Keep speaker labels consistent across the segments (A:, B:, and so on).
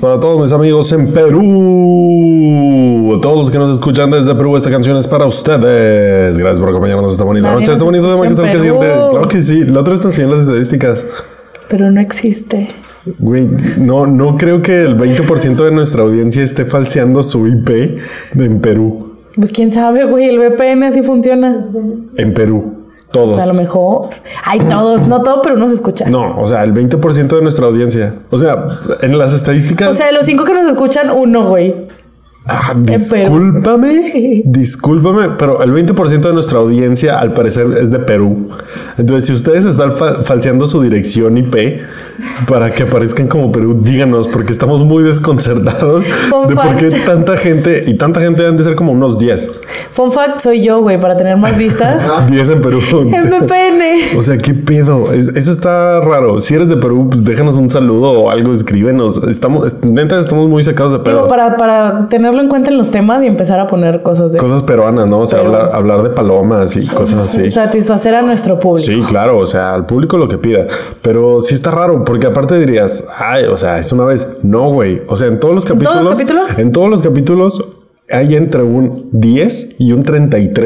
A: Para todos mis amigos en Perú, todos los que nos escuchan desde Perú, esta canción es para ustedes. Gracias por acompañarnos esta bonita
B: Nadie
A: noche. Esta
B: nos
A: bonita tema que
B: escucha
A: están
B: en
A: creciendo.
B: Perú.
A: Claro que sí, la otra vez nos enseñó las estadísticas.
B: Pero no existe.
A: Güey, no, no creo que el 20% de nuestra audiencia esté falseando su IP de en Perú.
B: Pues quién sabe, güey, el VPN así funciona.
A: En Perú,
B: O sea, a
A: todos.
B: lo mejor. Hay todos, no todo, pero uno se escucha.
A: No, o sea, el 20% de nuestra audiencia. O sea, en las estadísticas.
B: O sea, de los cinco que nos escuchan, uno, güey.
A: Ah,
B: Perú.
A: discúlpame,
B: Eh, Sí.
A: discúlpame, pero el 20% de nuestra audiencia al parecer es de Perú. Entonces, si ustedes están fa- falseando su dirección IP para que aparezcan como Perú, díganos, porque estamos muy desconcertados de por qué
B: Compartan.
A: tanta gente y tanta gente han de ser como unos 10.
B: Fun fact, soy yo, güey, para tener más vistas.
A: 10 en Perú.
B: en VPN.
A: O sea, qué pedo. Es- eso está raro. Si eres de Perú, pues déjanos un saludo o algo, escríbenos. Estamos, est- neta, estamos muy sacados de pedo.
B: Digo, para, para tenerlo en cuenta en los temas y empezar a poner cosas de
A: Cosas peruanas, ¿no? O sea,
B: Pero-
A: hablar, hablar de palomas y cosas así.
B: satisfacer a nuestro público.
A: Sí, claro, o sea, al público lo que pida. Pero sí está raro, porque aparte dirías, ay, o sea, es una vez. No, güey. O sea, en todos los capítulos.
B: todos los capítulos?
A: en todos los capítulos hay entre un 10 y un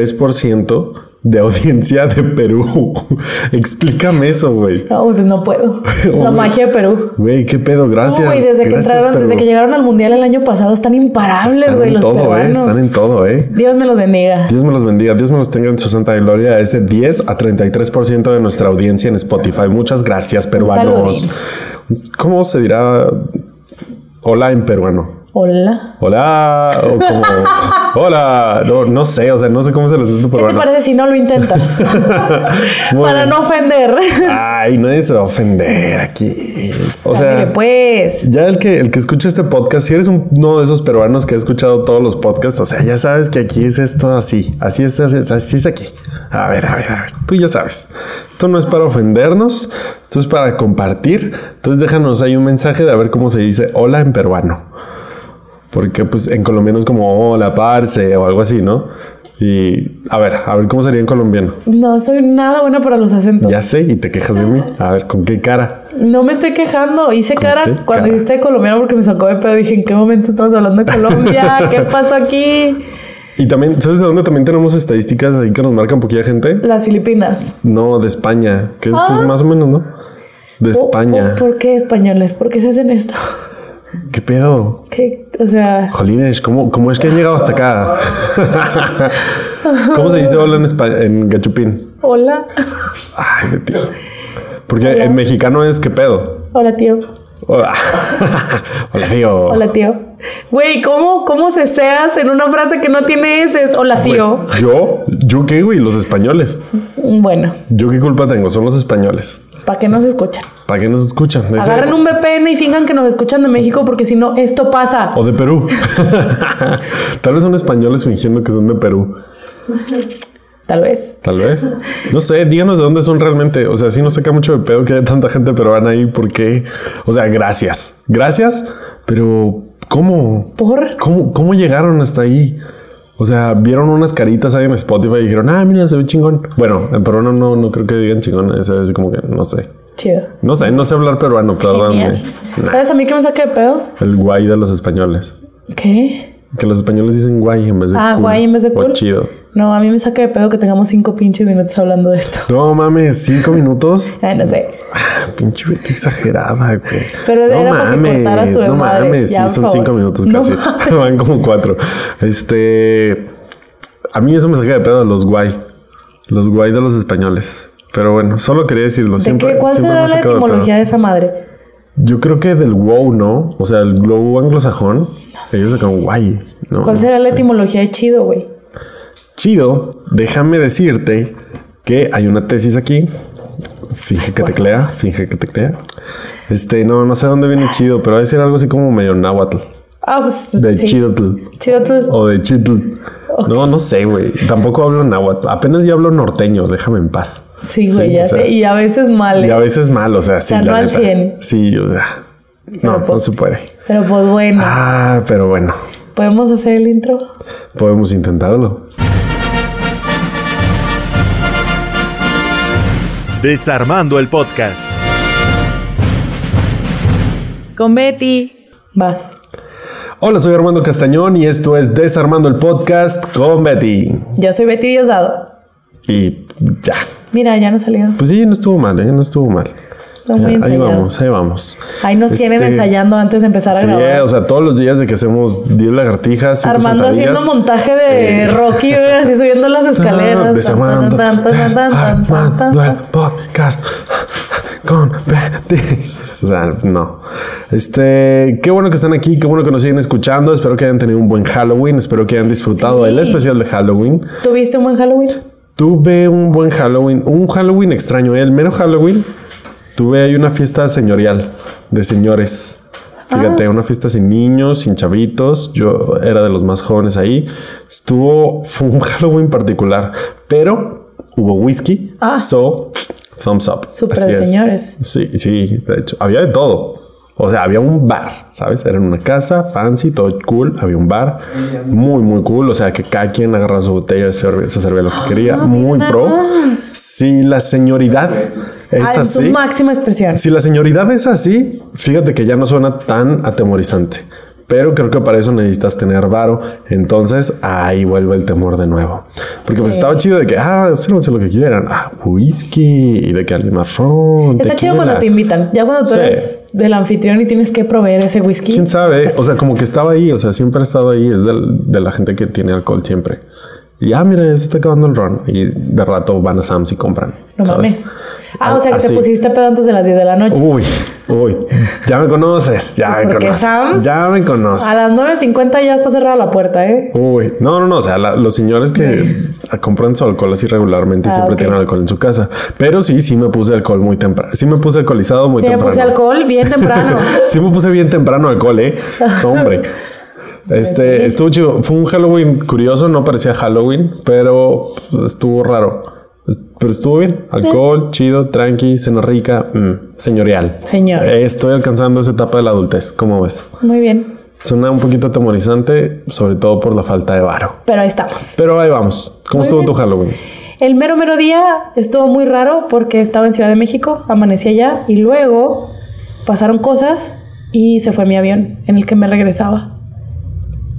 A: 33% de audiencia de Perú. Explícame eso, güey.
B: No, güey, pues no puedo. La magia de Perú.
A: Güey, qué pedo, gracias.
B: No, güey, desde que
A: Gracias,
B: entraron, desde
A: Perú.
B: que llegaron al mundial el año pasado, están imparables,
A: Están
B: güey,
A: en
B: los
A: todo, eh,
B: peruanos.
A: están en todo, eh.
B: Dios me los bendiga.
A: Dios me los bendiga, Dios me los tenga en su santa gloria, ese 10 a 33% de nuestra audiencia en Spotify. Muchas gracias, peruanos. ¿Cómo se dirá hola en peruano?
B: Hola.
A: Hola, o como hola, no, no sé, o sea, no sé cómo se les dice en
B: ¿Qué te
A: peruano.
B: parece si no lo intentas?
A: Muy
B: Para
A: bien.
B: no ofender.
A: Ay, nadie se va a ofender aquí. O sea,
B: Ándale, pues.
A: Ya el que, el que escucha este podcast, si eres un- uno de esos peruanos que ha escuchado todos los podcasts, o sea, ya sabes que aquí es esto así, así es, así es, así es aquí. A ver, a ver, a ver, tú ya sabes. Esto no es para ofendernos, esto es para compartir. Entonces déjanos ahí un mensaje de a ver cómo se dice hola en peruano. Porque pues en colombiano es como hola, parce o algo así, ¿no? Y a ver, a ver cómo sería en colombiano.
B: No soy nada buena para los acentos.
A: Ya sé, y te quejas de mí. A ver, ¿con qué cara?
B: No me estoy quejando. Hice cara
A: qué
B: cuando
A: cara?
B: hiciste colombiano porque me sacó de pedo. Dije, ¿en qué momento estamos hablando de Colombia? ¿Qué pasó aquí?
A: Y también, ¿sabes de dónde también tenemos estadísticas ahí que nos marcan poquilla gente?
B: Las Filipinas.
A: No, de España, que es, pues,
B: Ah.
A: más o menos, ¿no? De
B: ¿Po-
A: España.
B: po- ¿Por, qué españoles? ¿Por qué se hacen esto?
A: ¿Qué pedo?
B: ¿Qué? O sea,
A: Jolines, ¿cómo, cómo es que han llegado hasta acá? ¿Cómo se dice hola en, espa- en gachupín?
B: hola.
A: Ay, me tío. Porque en mexicano es qué pedo.
B: Hola, tío.
A: Hola, hola tío.
B: Hola, tío. Güey, ¿cómo, ¿cómo se seas en una frase que no tiene ese? Hola, tío.
A: Yo, yo qué, güey, los españoles.
B: Bueno,
A: Yo qué culpa tengo, son los españoles.
B: ¿para qué nos escuchan?
A: ¿Para qué nos escuchan? Ese-
B: Agarren un VPN y fingan que nos escuchan de México porque si no, esto pasa.
A: O de Perú. Tal vez son españoles fingiendo que son de Perú.
B: Tal vez.
A: Tal vez. No sé, díganos de dónde son realmente. O sea, sí nos saca mucho de pedo que haya tanta gente peruana ahí porque, o sea, gracias. Gracias, pero ¿cómo?
B: ¿Por?
A: ¿Cómo, cómo llegaron hasta ahí? O sea, vieron unas caritas ahí en Spotify y dijeron, ah, mira, se ve chingón. Bueno, en peruano no, no creo que digan chingón. Es así como que no sé.
B: Chido.
A: No sé, no sé hablar peruano, perdón.
B: Genial.
A: güey.
B: ¿Sabes a mí qué me saca de pedo?
A: El guay de los españoles.
B: ¿Qué?
A: Que los españoles dicen guay en vez de
B: Ah,
A: cool
B: guay en vez de
A: o
B: cool.
A: chido.
B: No, a mí me saca de pedo que tengamos cinco pinches minutos hablando de esto.
A: No mames, cinco minutos.
B: Ay, no sé.
A: Pinche vete exagerada, güey.
B: Pero era para que cortaras tu
A: no
B: desmadre.
A: mames,
B: Ya,
A: sí,
B: por
A: son
B: favor.
A: cinco minutos
B: No
A: casi. Van como cuatro. Este. A mí eso me saca de pedo a los guay. Los guay de los españoles. Pero bueno, solo quería decirlo.
B: ¿De
A: siempre,
B: qué? ¿Cuál
A: siempre me
B: será
A: ha
B: la
A: sacado de pedo.
B: etimología de esa madre?
A: Yo creo que del wow, ¿no? O sea, el glow anglosajón. Ellos sacan guay. ¿no?
B: ¿Cuál será la etimología de chido, güey?
A: Chido, déjame decirte que hay una tesis aquí. Finge que teclea, finge que teclea. Este, no, no sé dónde viene chido, pero va a decir algo así como medio náhuatl.
B: Ah, pues
A: De
B: sí.
A: chidotl
B: Chidotl.
A: o de chitl. No, no sé, güey. Tampoco hablo náhuatl. Apenas ya hablo norteño, déjame en paz.
B: Sí, güey,
A: Sí,
B: ya
A: o sea,
B: sé. Y a veces mal. eh.
A: Y a veces mal, o sea, sí.
B: sea,
A: la
B: no al
A: neta.
B: 100.
A: Sí, o sea. No, no se puede.
B: Pero pues bueno,
A: Ah, pero bueno,
B: ¿podemos hacer el intro?
A: podemos intentarlo.
C: Desarmando el podcast.
B: Con Betty. Vas.
A: Hola, soy Armando Castañón y esto es Desarmando el Podcast con Betty.
B: Ya soy Betty Diosdado.
A: Y ya.
B: Mira, ya no salió.
A: Pues sí, no estuvo mal, ¿eh? No estuvo mal.
B: Está muy
A: Ya, ahí
B: ensayado.
A: vamos, ahí vamos.
B: Ahí nos tienen
A: Este,
B: ensayando antes de empezar a
A: Sí,
B: grabar.
A: o sea, todos los días de que hacemos 10 lagartijas, cinco
B: Armando
A: pues, sentadillas. Ah,
B: haciendo montaje de
A: Eh.
B: Rocky, güey, así subiendo las escaleras.
A: Desarmando,
B: Tan, tan, tan, tan, tan, tan, tan,
A: desarmando el
B: tan.
A: podcast con Betty. O sea, no. Este, qué bueno que están aquí, qué bueno que nos siguen escuchando. Espero que hayan tenido un buen Halloween, espero que hayan disfrutado
B: Sí.
A: el especial de Halloween.
B: ¿Tuviste un buen Halloween?
A: Tuve un buen Halloween, un Halloween extraño, ¿eh? el mero Halloween. Tuve ahí una fiesta señorial de señores.
B: Ah.
A: Fíjate, una fiesta sin niños, sin chavitos. Yo era de los más jóvenes ahí. Estuvo, fue un Halloween particular, pero hubo whisky.
B: Ah.
A: So, thumbs up.
B: Súper
A: Así
B: de
A: es.
B: señores.
A: Sí, sí, de hecho, había de todo. O sea, había un bar, ¿sabes? Era en una casa, fancy, todo cool. Había un bar muy, muy cool. O sea, que cada quien agarraba su botella, se servía, se servía lo que quería. muy
B: Ah, nada
A: pro.
B: más.
A: Si la señoridad es
B: Ah, en su
A: así,
B: máxima expresión.
A: si la señoridad es así, fíjate que ya no suena tan atemorizante. Pero creo que para eso necesitas tener varo. Entonces ahí vuelve el temor de nuevo. Porque pues
B: Sí.
A: estaba chido de que, ah, sírvanse lo que quieran. Ah, whisky y de que alguien más ron.
B: Está chido
A: tequila.
B: cuando te invitan. Ya cuando tú
A: Sí.
B: eres del anfitrión y tienes que proveer ese whisky.
A: ¿Quién sabe? O sea, como que estaba ahí, o sea, siempre ha estado ahí, es del- de la gente que tiene alcohol siempre. Y ah, mira, ya se está acabando el ron. Y de rato van a Sam's y compran.
B: No
A: ¿sabes?
B: mames. Ah, o sea que te
A: Así.
B: pusiste pedo antes de las 10 de la noche.
A: Uy, uy, ya me conoces, ya
B: Pues
A: me
B: porque
A: conoces.
B: Sam's-
A: Ya me conoces.
B: A las 9.50 ya está cerrada la puerta, ¿eh?
A: Uy, no, no, no. O sea, la- los señores que ah, compran su alcohol así regularmente y
B: Ah,
A: siempre
B: ok.
A: tienen alcohol en su casa. Pero sí, sí me puse alcohol muy temprano. Sí me puse alcoholizado muy
B: Sí, me
A: temprano.
B: puse alcohol bien temprano.
A: Sí me puse bien temprano alcohol, eh. Hombre. Este estuvo chido. Fue un Halloween curioso, no parecía Halloween, pero estuvo raro. Pero estuvo bien. Alcohol, chido, tranqui, cena rica, mm, señorial.
B: Señor.
A: Eh, Estoy alcanzando esa etapa de la adultez. ¿Cómo ves?
B: Muy bien.
A: Suena un poquito atemorizante, sobre todo por la falta de varo.
B: Pero ahí estamos.
A: Pero ahí vamos. ¿Cómo estuvo
B: bien.
A: tu Halloween?
B: El mero mero día estuvo muy raro porque estaba en Ciudad de México, amanecí allá y luego pasaron cosas y se fue mi avión en el que me regresaba.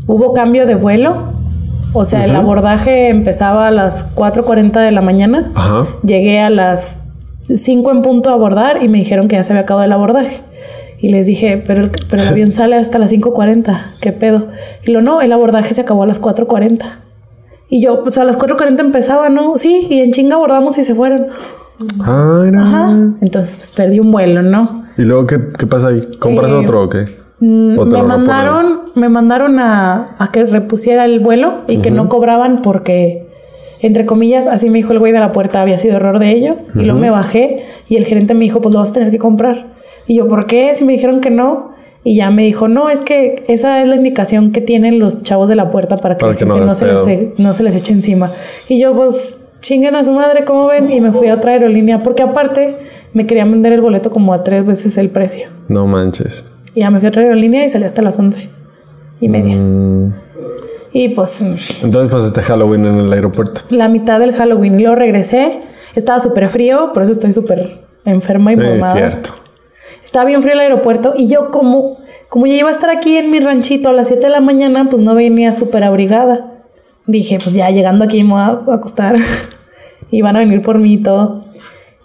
B: Hubo cambio de vuelo, o sea, el abordaje empezaba a las 4.40 de la mañana.
A: Ajá.
B: Llegué a las 5 en punto a abordar y me dijeron que ya se había acabado el abordaje. Y les dije, pero el, pero el avión sale hasta las 5.40, ¿qué pedo? Y lo no, el abordaje se acabó a las 4.40. Y yo, pues a las 4.40 empezaba, ¿no? Sí, y en chinga abordamos y se fueron.
A: Ay, no.
B: Ajá. Entonces, pues perdí un vuelo, ¿no?
A: Ah, ¿Y luego qué, qué pasa ahí? ¿Compras
B: Eh,
A: otro o qué?
B: Mm,
A: ¿O te lo
B: Me
A: reponen?
B: mandaron, me mandaron a, a que repusiera el vuelo y que no cobraban porque, entre comillas, así me dijo el güey de la puerta, había sido error de ellos. Y luego me bajé y el gerente me dijo, pues lo vas a tener que comprar. Y yo, ¿por qué? Si me dijeron que no. Y ya me dijo, no, es que esa es la indicación que tienen los chavos de la puerta para que,
A: Para
B: la
A: que no
B: gente no,
A: hagas
B: se les, e,
A: pedo.
B: no se les eche encima. Y yo, pues, chingan a su madre, ¿cómo ven? Y me fui a otra aerolínea porque aparte me querían vender el boleto como a tres veces el precio.
A: No manches.
B: Y ya me fui a otra aerolínea y salí hasta las 11 y media.
A: Mm,
B: Y pues mm,
A: Entonces pasaste Halloween en el aeropuerto.
B: la mitad del Halloween. Luego regresé, estaba súper frío, por eso estoy súper enferma y
A: es
B: mormada.
A: cierto.
B: Estaba bien frío el aeropuerto y yo como, como ya iba a estar aquí en mi ranchito a las 7 de la mañana, pues no venía súper abrigada. Dije, pues ya llegando aquí me voy a acostar y van a venir por mí y todo.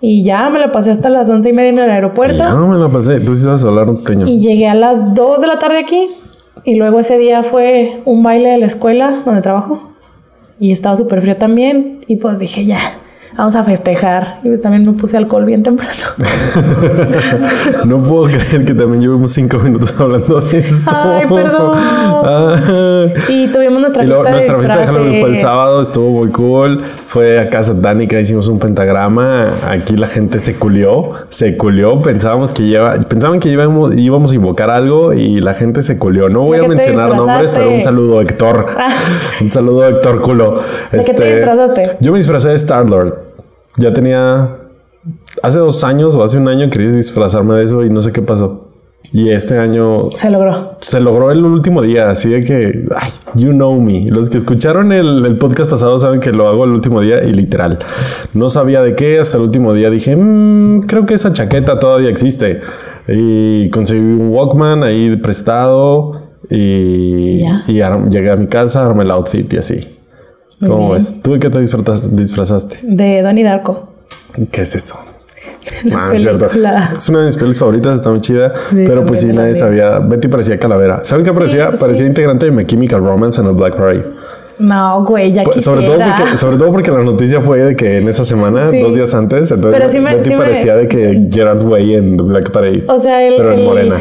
B: Y ya me la pasé hasta las once y media en el aeropuerto.
A: No me la pasé. Tú sí sabes hablar norteño.
B: Y llegué a las 2 de la tarde aquí. Y luego ese día fue un baile de la escuela donde trabajo. Y estaba súper frío también. Y pues dije, ya, vamos a festejar. Y pues también me puse alcohol bien temprano.
A: no puedo creer que también llevamos cinco minutos hablando de esto.
B: Ay, perdón.
A: Ah.
B: Y tuvimos nuestra
A: Y luego,
B: fiesta,
A: nuestra
B: de
A: fiesta de Halloween fue el
B: disfraces.
A: sábado, estuvo muy cool. Fue acá satánica, hicimos un pentagrama. Aquí la gente se culió, se culió. Pensábamos que lleva, pensaban que íbamos, íbamos a invocar algo y la gente se culió. No voy
B: De
A: a
B: que te
A: mencionar nombres,
B: disfrazaste. Ah.
A: pero un saludo, Héctor. un saludo, Héctor Culo. Este,
B: ¿De qué te disfrazaste?
A: Yo me disfrazé de Star Lord. Ya tenía hace dos años o hace un año quería disfrazarme de eso y no sé qué pasó. Y este año
B: Se logró.
A: se logró el último día, así de que, ay, you know me. Los que escucharon el, el podcast pasado saben que lo hago el último día y literal. No sabía de qué, hasta el último día dije, "Mm, creo que esa chaqueta todavía existe. Y conseguí un Walkman ahí prestado y,
B: Ya.
A: y arm- llegué a mi casa, armé el outfit y así.
B: Muy
A: ¿Cómo
B: bien.
A: ves? ¿Tú de qué te disfrutas- disfrazaste?
B: De Donnie Darko.
A: ¿Qué es eso?
B: La
A: Ah, es cierto.
B: película.
A: Es una de mis pelis favoritas, está muy chida.
B: Sí,
A: pero pues
B: también
A: sí,
B: me la
A: nadie
B: vi.
A: sabía. Betty parecía calavera. ¿Saben qué parecía?
B: pues,
A: parecía
B: sí.
A: integrante de My Chemical Romance en el Black Parade.
B: No, güey, ya
A: Pues,
B: quisiera.
A: sobre, todo porque, sobre todo porque la noticia fue de que en esa semana,
B: Sí.
A: dos días antes, entonces
B: Pero sí me-
A: Betty
B: sí me-
A: parecía de que Gerard Way en The Black Parade.
B: O sea, el-
A: Pero en
B: el-
A: morena.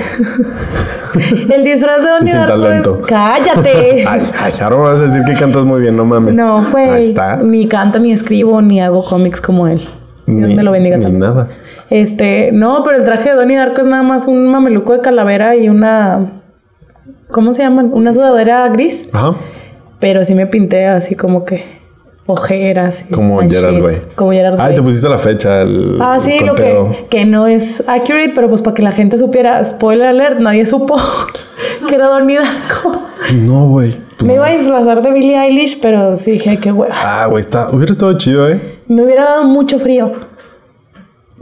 B: El disfraz de Donnie
A: sin
B: Darko
A: talento.
B: es... ¡Cállate!
A: Ay, ay, ahora me vas a decir que cantas muy bien, no mames.
B: no,
A: Ahí
B: güey.
A: está.
B: Ni canto, ni escribo, ni hago cómics como él. Dios
A: Ni-
B: me lo bendiga
A: ni
B: tanto.
A: nada.
B: Este, no, pero el traje de Donnie Darko es nada más un mameluco de calavera y una. ¿Cómo se llaman? Una sudadera gris.
A: Ajá.
B: Pero sí me pinté así como que ojeras. y
A: Como
B: manchete,
A: Gerard Way.
B: Como Gerard
A: Ay,
B: Way.
A: te pusiste la fecha. El,
B: Ah,
A: el
B: sí, lo
A: conteo.
B: que, que no es accurate, pero pues para que la gente supiera, spoiler alert, nadie supo que era Donnie Darko.
A: No, güey.
B: Me iba a disfrazar de Billie Eilish, pero sí dije, qué hueva.
A: Ah, güey, está. Hubiera estado chido, ¿eh?
B: Me hubiera dado mucho frío.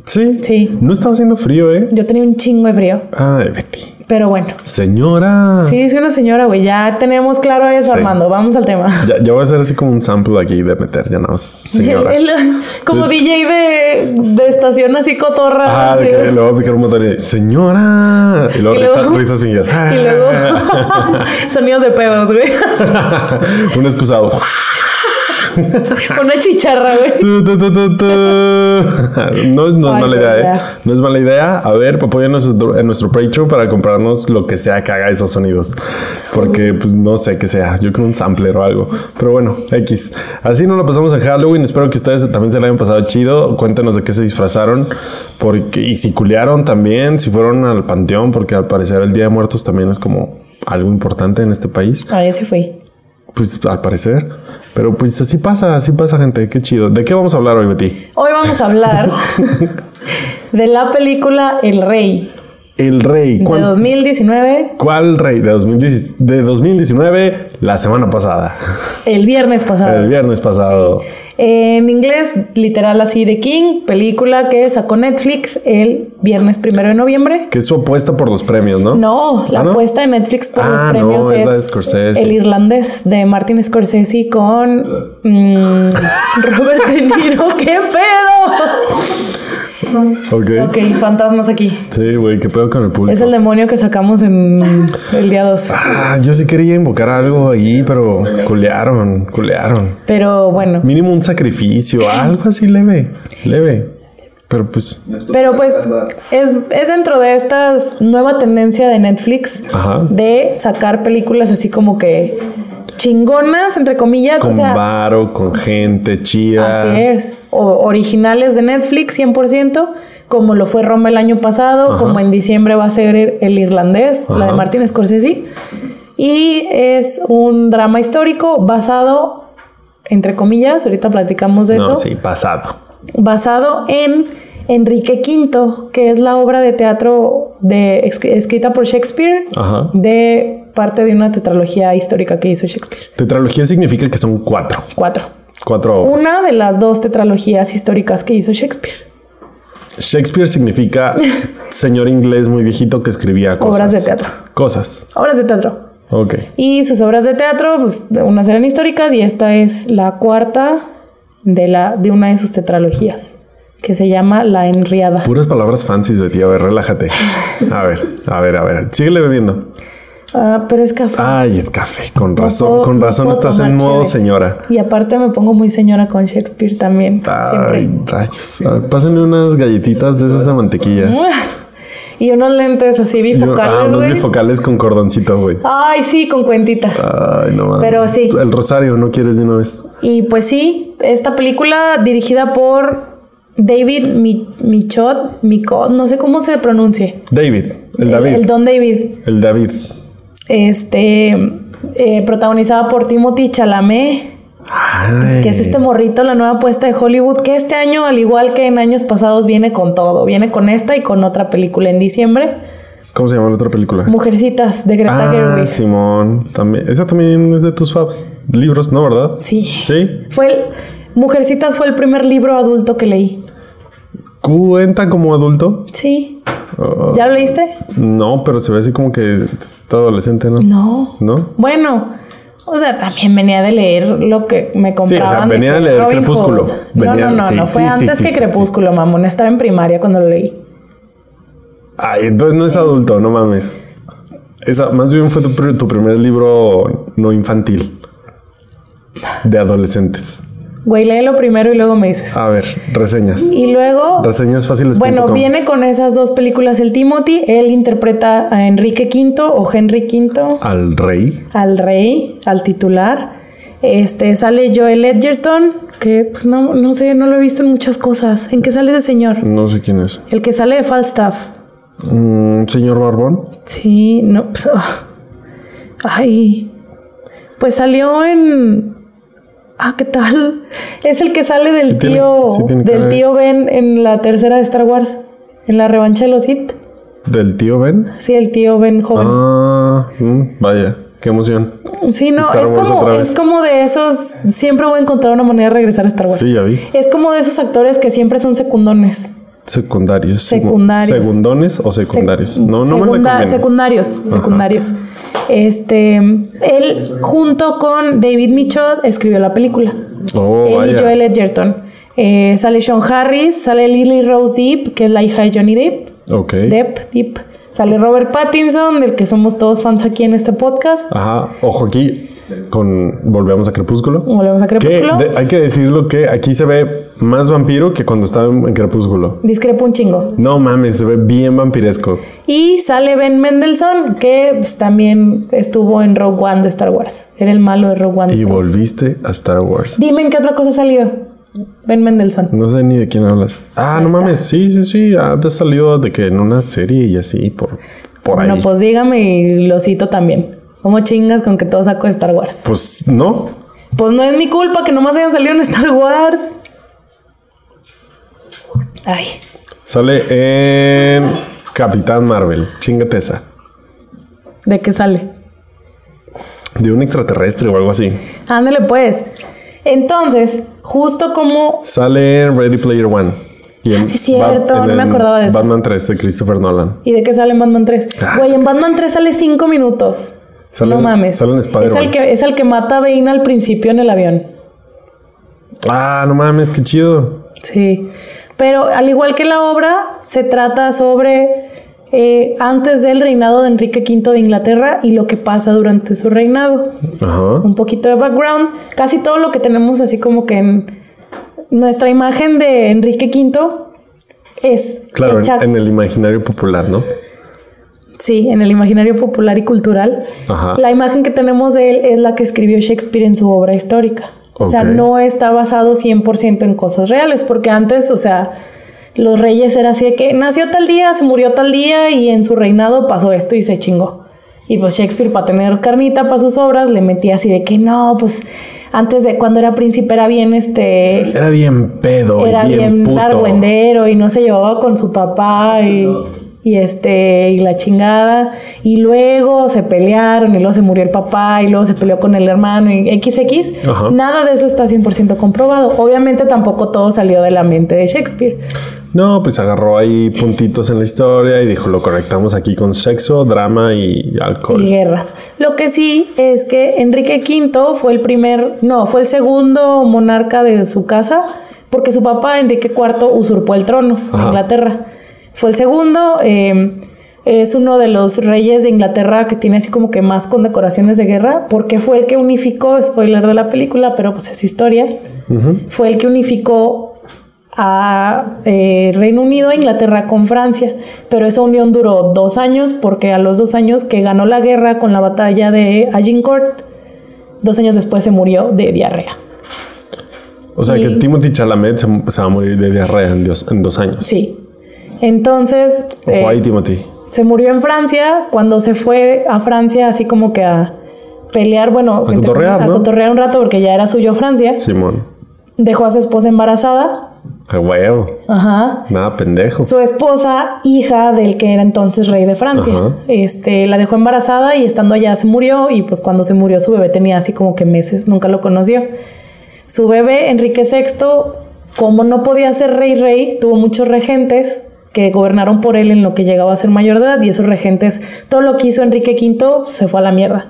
A: Sí.
B: Sí.
A: No estaba haciendo frío, ¿eh?
B: Yo tenía un chingo de frío,
A: Ay, Betty.
B: pero bueno.
A: Señora.
B: Sí, dice una señora, güey. Ya tenemos claro eso,
A: Sí.
B: Armando. Vamos al tema.
A: Ya, ya voy a hacer así como un sample aquí de meter, ya nada más. Señora.
B: El- el- como DJ de, de estación así cotorra.
A: Ah,
B: así.
A: de que le voy a picar un montón y señora. Y luego,
B: Y luego-
A: risas, risas fingidas.
B: Y luego sonidos de pedos, güey.
A: un excusado.
B: Una chicharra, güey.
A: Tu, tu, tu, tu, tu. No, no es
B: Ay,
A: mala
B: qué
A: idea, ¿eh?
B: idea.
A: No es mala idea. A ver, apóyanos en nuestro Patreon para comprarnos lo que sea que haga esos sonidos. Porque, pues, no sé qué sea. Yo creo un sampler o algo. Pero bueno, X. Así nos lo pasamos en Halloween. Espero que ustedes también se la hayan pasado chido. Cuéntenos de qué se disfrazaron. Porque, y si culearon también, si fueron al panteón, porque al parecer el Día de Muertos también es como algo importante en este país.
B: Ah, yo sí fui.
A: Pues al parecer. Pero pues así pasa, así pasa, gente. Qué chido. ¿De qué vamos a hablar hoy, Betty?
B: Hoy vamos a hablar de la película El Rey
A: El rey.
B: de
A: ¿Cuál,
B: 2019,
A: cuál rey? De, 2010 de 2019, la semana pasada.
B: el viernes pasado.
A: El viernes pasado.
B: En inglés, literal así de King, película que sacó Netflix el viernes primero de noviembre.
A: Que es su apuesta por los premios, ¿no?
B: No, la
A: ¿Ah, no?
B: apuesta de Netflix por los
A: Ah, no,
B: premios
A: es la de
B: es,
A: Scorsese.
B: El irlandés de Martin Scorsese con mm, Robert De Niro. ¡Qué pedo!
A: Ok.
B: Ok, fantasmas aquí.
A: Sí, güey, qué pedo con el público.
B: Es el demonio que sacamos en el día 2.
A: Ah, yo sí quería invocar algo ahí, pero culearon, culearon.
B: Pero bueno,
A: Mínimo un sacrificio, algo así leve, leve. Pero pues,
B: pero pues es, es dentro de esta nueva tendencia de Netflix
A: Ajá.
B: de sacar películas así como que chingonas, entre comillas.
A: con
B: o sea,
A: varo, con gente chida.
B: Así es. O- originales de Netflix, 100%, como lo fue Roma el año pasado,
A: Ajá.
B: como en diciembre va a ser el, el irlandés, la de
A: Ajá.
B: Martin Scorsese. Y es un drama histórico basado, entre comillas, ahorita platicamos de
A: No,
B: eso,
A: sí, pasado.
B: basado en Enrique V, que es la obra de teatro de, ex- escrita por Shakespeare,
A: Ajá.
B: de parte de una tetralogía histórica que hizo Shakespeare.
A: Tetralogía significa que son cuatro.
B: Cuatro.
A: Cuatro obras.
B: Una de las dos tetralogías históricas que hizo Shakespeare.
A: Shakespeare significa señor inglés muy viejito que escribía cosas.
B: Obras de teatro.
A: Cosas.
B: Obras de teatro.
A: Ok.
B: Y sus obras de teatro, pues unas eran históricas y esta es la cuarta de, la, de una de sus tetralogías, que se llama La Enriada.
A: Puras palabras fancies, Betty. A ver, relájate. A ver, a ver, a ver. Síguele bebiendo.
B: Ah, pero es café.
A: Ay, es café. Con
B: No
A: razón,
B: puedo-
A: con
B: no
A: razón
B: puedo
A: estás en
B: tomar
A: modo
B: cheve.
A: señora.
B: Y aparte me pongo muy señora con Shakespeare también.
A: Ay,
B: Siempre.
A: rayos. A ver, pásenle unas galletitas de esas de mantequilla.
B: Y unos lentes así
A: Y- ah,
B: ¿Eh? bifocales.
A: unos
B: güey.
A: bifocales Ah. con cordoncito, güey.
B: Ay, sí, con cuentitas.
A: Ay, no mames.
B: Pero sí.
A: El rosario, ¿no quieres de una vez?
B: Y pues sí, esta película dirigida por David Mi- Michot, Micot, no sé cómo se pronuncie.
A: David. El David.
B: El Don David.
A: el David.
B: Este, eh, protagonizada por Timothy Chalamet,
A: Ay.
B: que es este morrito, la nueva apuesta de Hollywood, que este año, al igual que en años pasados, viene con todo. Viene con esta y con otra película en diciembre.
A: ¿Cómo se llama la otra película?
B: Mujercitas de Greta
A: Ah,
B: Gerwig.
A: Simón. También. Esa también es de tus faves. Libros, ¿no? ¿Verdad?
B: Sí.
A: Sí.
B: Fue el- Mujercitas fue el primer libro adulto que leí.
A: ¿Cuenta como adulto?
B: Sí.
A: Oh.
B: ¿Ya lo leíste?
A: No, pero se ve así como que está adolescente, ¿no?
B: No.
A: ¿No?
B: Bueno, o sea, también venía de leer lo que me
A: Sí, o
B: compraban.
A: sea, venía
B: que
A: de leer
B: Robin
A: Crepúsculo.
B: Hood.
A: Venía-
B: no, no, no,
A: sí,
B: no. Fue
A: sí, sí,
B: antes
A: sí,
B: que
A: sí,
B: Crepúsculo, mamón. Estaba en primaria cuando lo leí.
A: Ay, entonces no es adulto, no mames. Esa, más bien fue tu, pr- tu primer libro no infantil. De adolescentes.
B: Güey, léelo primero y luego me dices.
A: A ver, reseñas.
B: Y luego,
A: Reseñas fáciles.
B: bueno, viene con esas dos películas el Timothy. Él interpreta a Enrique V o Henry V,
A: Al rey.
B: al rey, al titular. Este, sale Joel Edgerton, que pues no, no sé, no lo he visto en muchas cosas. ¿En qué sale ese señor?
A: No sé quién es.
B: El que sale de Falstaff.
A: Mm, señor Barbón.
B: Sí, no. Pues, ah. Ay. Pues salió en. Ah, ¿qué tal? Es el que sale del
A: Sí tiene-
B: tío.
A: sí tiene cara
B: del
A: de-
B: tío Ben en la tercera de Star Wars. En la revancha de los Sith.
A: Del tío Ben.
B: Sí, el tío Ben joven.
A: Ah, mm, vaya, qué emoción.
B: sí, no,
A: Star
B: es
A: Wars
B: como,
A: otra vez.
B: es como de esos. Siempre voy a encontrar una manera de regresar a Star Wars.
A: Sí, ya vi.
B: Es como de esos actores que siempre son secundones.
A: Secundarios. segu-
B: Secundarios.
A: Segundones o
B: Sec-
A: secundarios. No, no me la
B: segunda-
A: conviene.
B: Secundarios, secundarios. Este, él junto con David Michaud escribió la película.
A: Oh,
B: él y
A: vaya.
B: Joel Edgerton. Eh, sale Sean Harris, sale Lily Rose Depp, que es la hija de Johnny Depp.
A: Ok.
B: Depp, Depp. Sale Robert Pattinson, del que somos todos fans aquí en este podcast.
A: Ajá, ojo aquí con volvemos a Crepúsculo.
B: Volvemos a
A: Que
B: Crepúsculo.
A: de- hay que decirlo que aquí se ve más vampiro que cuando estaba en, en Crepúsculo.
B: Discrepo un chingo.
A: No mames, se ve bien vampiresco.
B: Y sale Ben Mendelssohn, que pues, también estuvo en Rogue One de Star Wars. Era el malo de Rogue One. de
A: Y
B: Star Wars.
A: volviste a Star Wars.
B: Dime en qué otra cosa ha salido. Ben Mendelssohn.
A: No sé ni de quién hablas. Ah, no mames, sí, sí, sí. Ah, te ha salido de que en una serie y así por, por ahí.
B: Bueno, pues dígame y lo cito también. ¿Cómo chingas con que todo saco de Star Wars?
A: pues no.
B: Pues no es mi culpa que nomás hayan salido en Star Wars. Ay,
A: Sale en Capitán Marvel. Chingate esa.
B: ¿de qué sale?
A: De un extraterrestre o algo así.
B: Ándale pues. Entonces, justo como...
A: Sale en Ready Player One. Y en
B: Ah, sí,
A: Bat-
B: cierto,
A: en
B: no me
A: el
B: acordaba de eso.
A: Batman 3 de Christopher Nolan.
B: ¿Y de qué sale en Batman 3?
A: Ah,
B: Güey, en Batman 3 sale 5 minutos.
A: Sale-
B: no mames.
A: sale en
B: es,
A: Spider-Man.
B: el que, es el que mata a Bane al principio en el avión.
A: Ah, no mames, qué chido.
B: Sí, pero al igual que la obra, se trata sobre eh, antes del reinado de Enrique V de Inglaterra y lo que pasa durante su reinado.
A: Ajá.
B: Un poquito de background, casi todo lo que tenemos así como que en nuestra imagen de Enrique V es...
A: Claro, en,
B: hecha-
A: en el imaginario popular, ¿no?
B: sí, en el imaginario popular y cultural.
A: Ajá.
B: La imagen que tenemos de él es la que escribió Shakespeare en su obra histórica. O sea,
A: Ok.
B: no está basado 100% en cosas reales, porque antes, o sea, los reyes era así de que nació tal día, se murió tal día y en su reinado pasó esto y se chingó. Y pues Shakespeare para tener carnita para sus obras le metía así de que no, pues antes de cuando era príncipe era bien este
A: Era bien pedo. y
B: era bien,
A: puto.
B: argüendero y no se llevaba con su papá y, y este y la chingada y luego se pelearon y luego se murió el papá y luego se peleó con el hermano y XX
A: Ajá.
B: nada de eso está 100% comprobado obviamente tampoco todo salió de la mente de Shakespeare
A: No, pues agarró ahí puntitos en la historia y dijo, lo conectamos aquí con sexo, drama y alcohol.
B: y guerras lo que sí es que Enrique V fue el primer no fue el segundo monarca de su casa porque su papá Enrique IV usurpó el trono de
A: Ajá.
B: Inglaterra. Fue el segundo. eh, es uno de los reyes de Inglaterra que tiene así como que más condecoraciones de guerra, porque fue el que unificó, spoiler de la película, pero pues es historia. Fue el que unificó a eh, Reino Unido e Inglaterra con Francia, pero esa unión duró dos años, porque a los dos años que ganó la guerra con la batalla de Agincourt, dos años después se murió de diarrea.
A: O sea, que
B: y-
A: Timothy Chalamet se, se va a morir de diarrea en, Dios- en dos años.
B: Sí. Entonces. eh,
A: Ojo ahí, Timothy.
B: se murió en Francia cuando se fue a Francia así como que a pelear, bueno,
A: A
B: entre-
A: cotorrear,
B: a
A: ¿no?
B: cotorrear un rato porque ya era suyo Francia.
A: Simón.
B: Dejó a su esposa embarazada.
A: A huevo.
B: Ajá.
A: Nada, pendejo.
B: Su esposa, hija del que era entonces rey de Francia,
A: Ajá.
B: este, la dejó embarazada y estando allá se murió y pues cuando se murió su bebé tenía así como que meses, nunca lo conoció. Su bebé, Enrique VI, como no podía ser rey rey, tuvo muchos regentes que gobernaron por él en lo que llegaba a ser mayor de edad y esos regentes, todo lo que hizo Enrique V se fue a la mierda.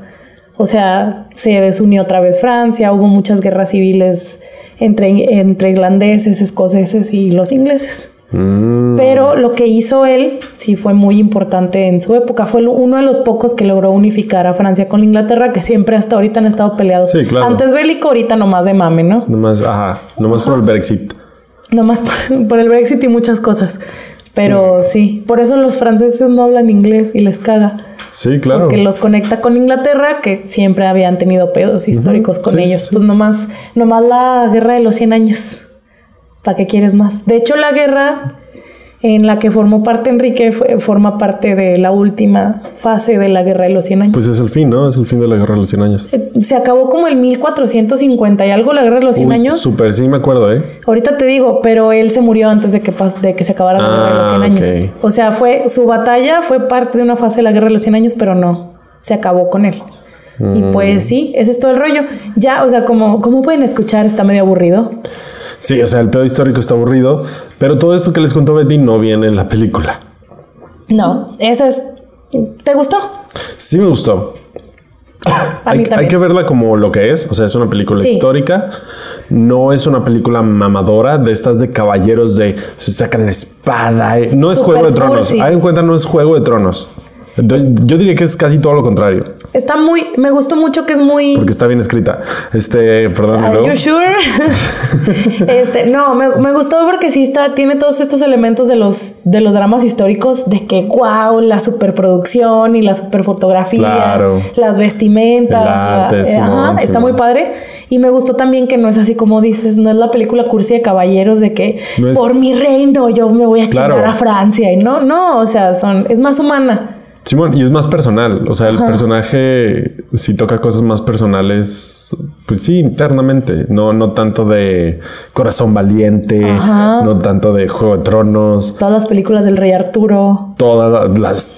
B: O sea, se desunió otra vez Francia, hubo muchas guerras civiles entre, entre irlandeses, escoceses y los ingleses. Mm. Pero lo que hizo él sí fue muy importante en su época. Fue uno de los pocos que logró unificar a Francia con Inglaterra, que siempre hasta ahorita han estado peleados.
A: Sí, claro.
B: Antes bélico, ahorita nomás de mame, ¿no?
A: Nomás, ajá, nomás por el Brexit.
B: Nomás por, por el Brexit y muchas cosas. Pero mm. sí, por eso los franceses no hablan inglés y les caga.
A: Sí, claro.
B: Porque los conecta con Inglaterra, que siempre habían tenido pedos históricos uh -huh. con sí, ellos. Sí. Pues nomás, nomás la guerra de los 100 años. ¿Para qué quieres más? De hecho, la guerra en la que formó parte Enrique fue, forma parte de la última fase de la guerra de los 100 años.
A: Pues es el fin, ¿no? Es el fin de la guerra de los 100 años.
B: Eh, se acabó como en 1450 y algo la guerra de los 100
A: Uy,
B: años.
A: Súper, sí me acuerdo, ¿eh?
B: Ahorita te digo, pero él se murió antes de que, de que se acabara la guerra de los 100
A: Ah,
B: años.
A: ok.
B: O sea, fue su batalla fue parte de una fase de la guerra de los 100 años, pero no, se acabó con él. Y pues
A: Mm.
B: sí, ese es todo el rollo. Ya, o sea, como, como pueden escuchar, está medio aburrido.
A: Sí, o sea, el pedo histórico está aburrido, pero todo esto que les contó Betty no viene en la película.
B: No, ese es... ¿Te gustó?
A: Sí me gustó.
B: A mí
A: Hay, hay
B: también.
A: que verla como lo que es, o sea, es una película
B: Sí.
A: histórica, no es una película mamadora de estas de caballeros de se sacan la espada, eh, no es
B: Súper
A: Juego de Tronos,
B: cursi.
A: hagan en cuenta no es Juego de Tronos. Entonces, yo diría que es casi todo lo contrario,
B: Está muy... Me gustó mucho que es muy...
A: porque está bien escrita. Este, perdón,
B: Are
A: ¿no?
B: you sure? este, no, me, me gustó porque sí está, tiene todos estos elementos de los, de los dramas históricos, de que wow, la superproducción y la superfotografía,
A: Claro.
B: las vestimentas,
A: El arte,
B: la- eh,
A: Simón,
B: ajá, está
A: Simón.
B: muy padre. Y me gustó también que no es así como dices, no es la película cursi de caballeros de que
A: No es-
B: por mi reino yo me voy a
A: Claro.
B: chingar a Francia y no, no, o sea, son, es más humana.
A: Simón, y es más personal. O sea, el personaje, si toca cosas más personales, pues sí, internamente. No, no tanto de corazón valiente,
B: Ajá.
A: no tanto de Juego de Tronos.
B: Todas las películas del Rey Arturo.
A: Todas las.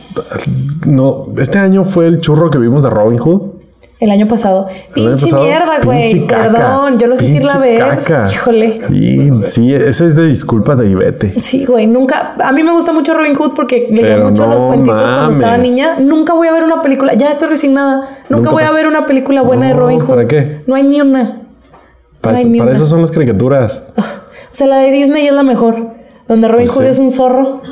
A: No, este año fue el churro que vimos de Robin Hood.
B: El año pasado.
A: El año
B: Pinche
A: pasado,
B: mierda,
A: pinche
B: güey.
A: caca,
B: Perdón, yo los hice irla a
A: pinche
B: ver.
A: caca.
B: Híjole.
A: Y sí, ese es de disculpa de Ivete.
B: Sí, güey, nunca. A mí me gusta mucho Robin Hood porque leía
A: Pero
B: mucho
A: no
B: los cuentitos cuando estaba
A: mames.
B: niña. Nunca voy a ver una película. Ya estoy resignada. Nunca,
A: Nunca
B: voy a
A: pas-
B: ver una película buena de
A: No,
B: Robin Hood.
A: ¿para qué?
B: No hay ni una.
A: Pas-
B: Ay, ni
A: para
B: una.
A: eso son las caricaturas.
B: O sea, la de Disney es la mejor. Donde Robin
A: Pues
B: Hood
A: sí.
B: es un zorro.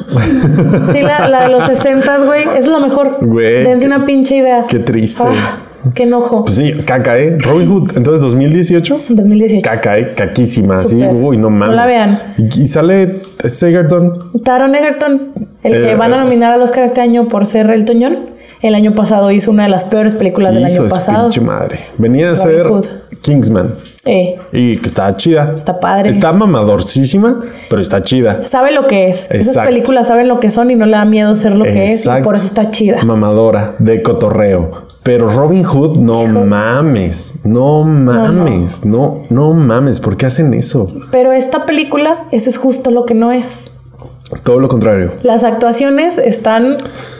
B: sí, la, la de los 60, güey. Esa es la mejor.
A: Güey,
B: Dense
A: qué-
B: una pinche idea.
A: qué triste.
B: Ah, qué enojo.
A: Pues sí, caca, ¿eh? Robin Hood, entonces 2018.
B: 2018.
A: caca, eh, caquísima, así,
B: Súper.
A: uy, no
B: No
A: mames.
B: la vean.
A: Y, y sale Segerton.
B: Taron Egerton, el que
A: Eh,
B: van a
A: eh.
B: nominar al Oscar este año por ser El Toñón, el año pasado hizo una de las peores películas del
A: Hijo
B: año
A: de su
B: pasado.
A: pinche madre. Venía a
B: Robin
A: ser
B: Hood.
A: Kingsman.
B: Eh,
A: Y que está chida.
B: Está padre.
A: Está mamadorcísima, pero está chida.
B: sabe lo que es. Esas
A: Exacto.
B: películas saben lo que son y no le da miedo ser lo que es y
A: Exacto.
B: por eso está chida.
A: Mamadora, de cotorreo. Pero Robin Hood, no
B: Hijos.
A: mames. No mames. No, no mames. ¿Por qué hacen eso?
B: Pero esta película, eso es justo lo que no es.
A: Todo lo contrario.
B: Las actuaciones están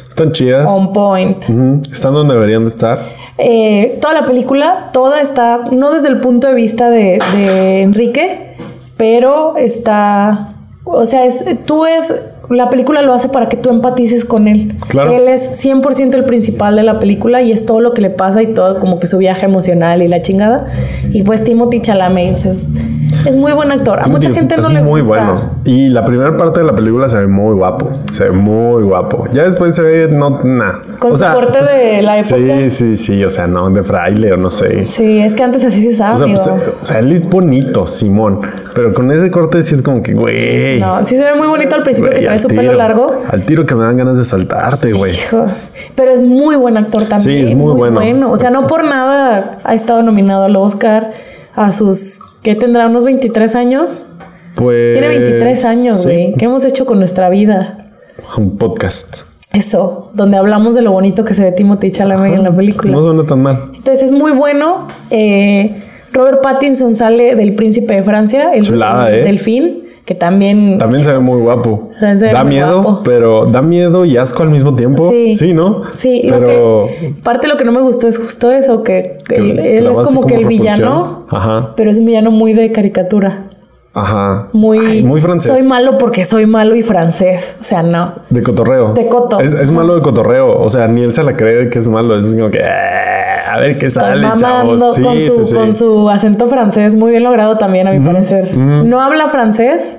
A: Están chidas.
B: on point.
A: Ujú. Están donde deberían de estar.
B: Eh, toda la película, toda está, no desde el punto de vista de, de Enrique, pero está, o sea, es, tú es, la película lo hace para que tú empatices con él.
A: Claro.
B: Él es 100% el principal de la película y es todo lo que le pasa y todo como que su viaje emocional y la chingada. Y pues Timothy Chalamet o sea, es, es muy buen actor. A mucha
A: Timothy
B: gente
A: es
B: no le
A: muy
B: gusta.
A: bueno. Y la primera parte de la película se ve muy guapo. Se ve muy guapo. Ya después se ve no nada.
B: Con su corte de la época.
A: pues, Sí, sí, sí. O sea, no, de fraile o no sé.
B: Sí, es que antes así se usaba,
A: O sea,
B: amigo.
A: pues, eh, o sea, él es bonito, Simón. Pero con ese corte sí es como que, güey.
B: No, sí se ve muy bonito al principio
A: eh, güey,
B: que trae
A: al
B: su pelo
A: tiro.
B: largo.
A: Al tiro que me dan ganas de saltarte, güey.
B: Hijos. Pero es muy buen actor también.
A: Sí, es muy bueno.
B: O sea, no por nada ha estado nominado al Oscar a sus que tendrá unos 23 años.
A: Pues.
B: Tiene 23 años,
A: sí,
B: güey. ¿Qué hemos hecho con nuestra vida?
A: Un podcast.
B: Eso, donde hablamos de lo bonito que se ve Timothy Chalamet en la película.
A: No suena tan mal.
B: Entonces es muy bueno. Eh, Robert Pattinson sale del Príncipe de Francia, el
A: Chulada,
B: el
A: ¿eh?
B: delfín, que también
A: También se ve muy guapo.
B: Se ve
A: da
B: muy
A: miedo,
B: guapo.
A: pero da miedo y asco al mismo tiempo.
B: Sí.
A: Sí, ¿no?
B: Sí, lo
A: pero
B: que- parte de lo que no me gustó es justo eso, que, que
A: que-
B: él,
A: que
B: él
A: la
B: es
A: base
B: como, que el
A: repulsión.
B: villano,
A: Ajá.
B: pero es un villano muy de caricatura.
A: Ajá.
B: Muy,
A: Ay, muy francés.
B: Soy malo porque soy malo y francés. O sea, no.
A: De cotorreo.
B: De coto.
A: Es, es malo de cotorreo. O sea, ni él se la cree que es malo. Es como que. "Ah, A ver qué
B: Estoy
A: sale,
B: mamando
A: chavos. Sí,
B: con, su,
A: sí, sí.
B: con su acento francés, muy bien logrado también, a mi parecer. No habla francés.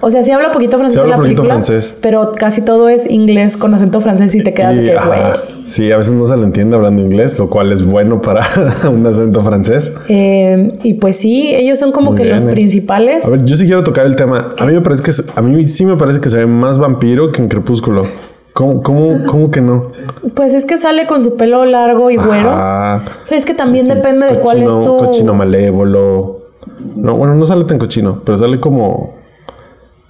B: O sea, sí habla poquito francés
A: Sí habla
B: en la
A: poquito
B: película,
A: francés.
B: pero casi todo es inglés con acento francés y te quedas de
A: Y,
B: que, güey.
A: ajá, sí, a veces no se le entiende hablando inglés, lo cual es bueno para un acento francés.
B: Eh, y pues sí, ellos son como
A: Muy
B: que
A: bien,
B: los
A: eh.
B: principales.
A: A ver, yo sí quiero tocar el tema. A mí me parece que es- a mí sí me parece que se ve más vampiro que en Crepúsculo. ¿Cómo, cómo, cómo que no?
B: Pues es que sale con su pelo largo y güero.
A: Ah,
B: Es que también depende de cuál es
A: cochino-
B: tu.
A: cochino malévolo. No, bueno, no sale tan cochino, pero sale como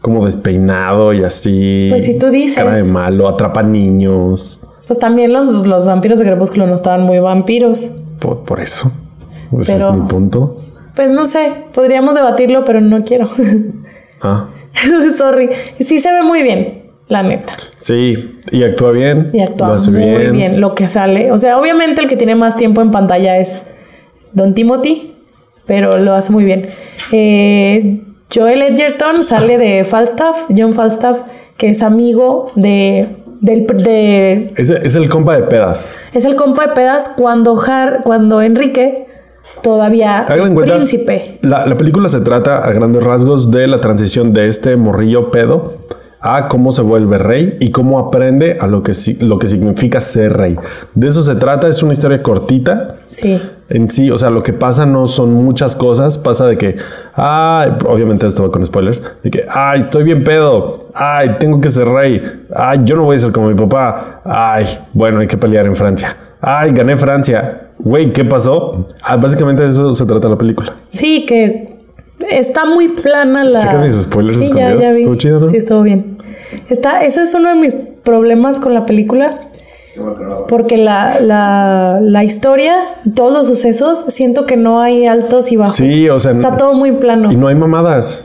A: como despeinado y así.
B: Pues si tú dices.
A: Cara de malo, atrapa niños.
B: Pues también los, los vampiros de Crepúsculo no estaban muy vampiros.
A: Por, por eso. Pues Ese
B: Pero-
A: es mi punto.
B: Pues no sé, podríamos debatirlo, pero no quiero.
A: Ah,
B: Sorry. Sí se ve muy bien, la neta.
A: sí. Y actúa bien.
B: Y actúa
A: lo hace
B: muy bien. lo que sale. O sea, obviamente el que tiene más tiempo en pantalla es Don Timothy, pero lo hace muy bien. Eh, Joel Edgerton sale de Falstaff, John Falstaff, que es amigo de, del, pr- de
A: Es, es el compa de pedas.
B: Es el compa de pedas cuando, Har- cuando Enrique todavía
A: Hagan
B: es
A: en cuenta,
B: príncipe.
A: La, la película se trata a grandes rasgos de la transición de este morrillo pedo a cómo se vuelve rey y cómo aprende a lo que, si- lo que significa ser rey. De eso se trata, es una historia cortita.
B: Sí.
A: En sí, o sea, lo que pasa no son muchas cosas. Pasa de que, ay, obviamente esto va con spoilers, de que, ay, estoy bien pedo, ay, tengo que ser rey, ay, yo no voy a ser como mi papá, ay, bueno, hay que pelear en Francia, ay, gané Francia, güey, ¿qué pasó? Ah, básicamente de eso se trata la película.
B: Sí, que está muy plana la.
A: ¿Checas mis spoilers
B: sí, ya,
A: escondidos?
B: ya vi.
A: Estuvo chido, ¿no?
B: Sí, estuvo bien. Está, eso es uno de mis problemas con la película. Porque la, la, la historia, todos los sucesos, siento que no hay altos y bajos.
A: Sí, o sea,
B: Está todo muy plano.
A: y no hay mamadas.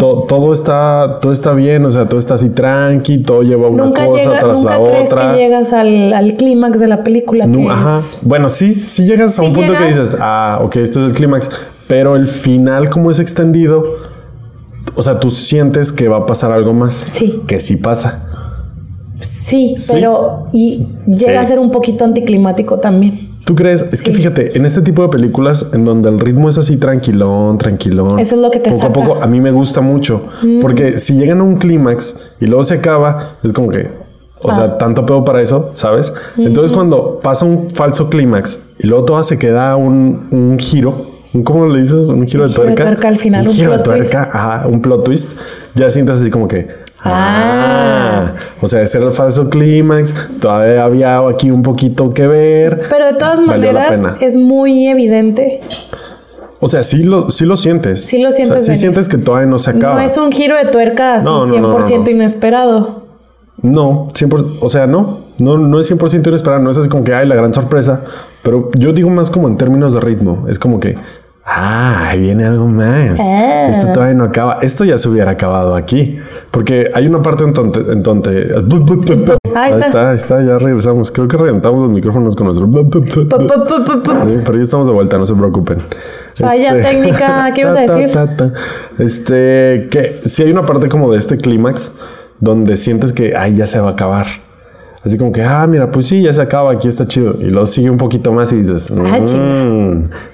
A: To- todo está, todo está bien, o sea, todo está así tranqui, todo lleva una
B: nunca
A: cosa
B: llega,
A: tras
B: nunca
A: la
B: crees
A: otra.
B: que llegas al, al clímax de la película.
A: No,
B: que
A: ajá.
B: es-
A: Bueno, sí, sí llegas a
B: Sí
A: un punto que
B: llegas.
A: dices, ah, ok, esto es el clímax, pero el final como es extendido, o sea, tú sientes que va a pasar algo más.
B: Sí.
A: Que sí pasa.
B: Sí,
A: Sí.
B: pero y llega a
A: Sí.
B: ser un poquito anticlimático también.
A: ¿Tú crees? Es que
B: Sí.
A: fíjate, en este tipo de películas en donde el ritmo es así tranquilón, tranquilón.
B: Eso es lo que te
A: Poco a
B: saca. Mm.
A: poco, a mí me gusta mucho. Porque si llegan a un clímax y luego se acaba, es como que, o
B: Ah.
A: sea, tanto pedo para eso, ¿sabes? Entonces cuando pasa un falso clímax y luego todo se queda un, un giro, un, ¿cómo le dices? Un giro de
B: giro de
A: tuerca.
B: tuerca al final,
A: Un,
B: un
A: giro de
B: plot twist.
A: tuerca, ajá, un plot twist. Ya sientas así como que...
B: Ah.
A: ah, o sea, ese era el falso clímax. Todavía había aquí un poquito que ver.
B: Pero de todas
A: Valió la
B: maneras eh,
A: pena.
B: es muy evidente.
A: O sea, sí lo, sí lo sientes.
B: Sí lo
A: O sea,
B: sientes
A: sí
B: venir.
A: sientes que todavía no se acaba.
B: No
A: No,
B: es un giro de tuerca así
A: No, no, no,
B: 100%
A: no, no.
B: inesperado.
A: 100%, o sea, no. No, no es 100% inesperado. No es así como que hay la gran sorpresa. Pero yo digo más como en términos de ritmo. Es como que, ah, ahí viene algo más.
B: Ah.
A: Esto todavía no acaba. Esto ya se hubiera acabado aquí. Porque hay una parte en donde... En donde
B: Ahí está.
A: ahí está, ya regresamos. Creo que reventamos los micrófonos con nuestro...
B: Pa, pa, pa, pa, pa.
A: Pero ya estamos de vuelta, no se preocupen. Este,
B: Falla técnica, ¿qué ibas
A: ta,
B: a
A: ta,
B: decir?
A: ta, ta. Este, que si hay una parte como de este clímax donde sientes que ay, ya se va a acabar. Así como que, ah, mira, pues sí, ya se acaba, aquí está chido. Y luego sigue un poquito más y dices,
B: Ah, Eh.
A: "Mm,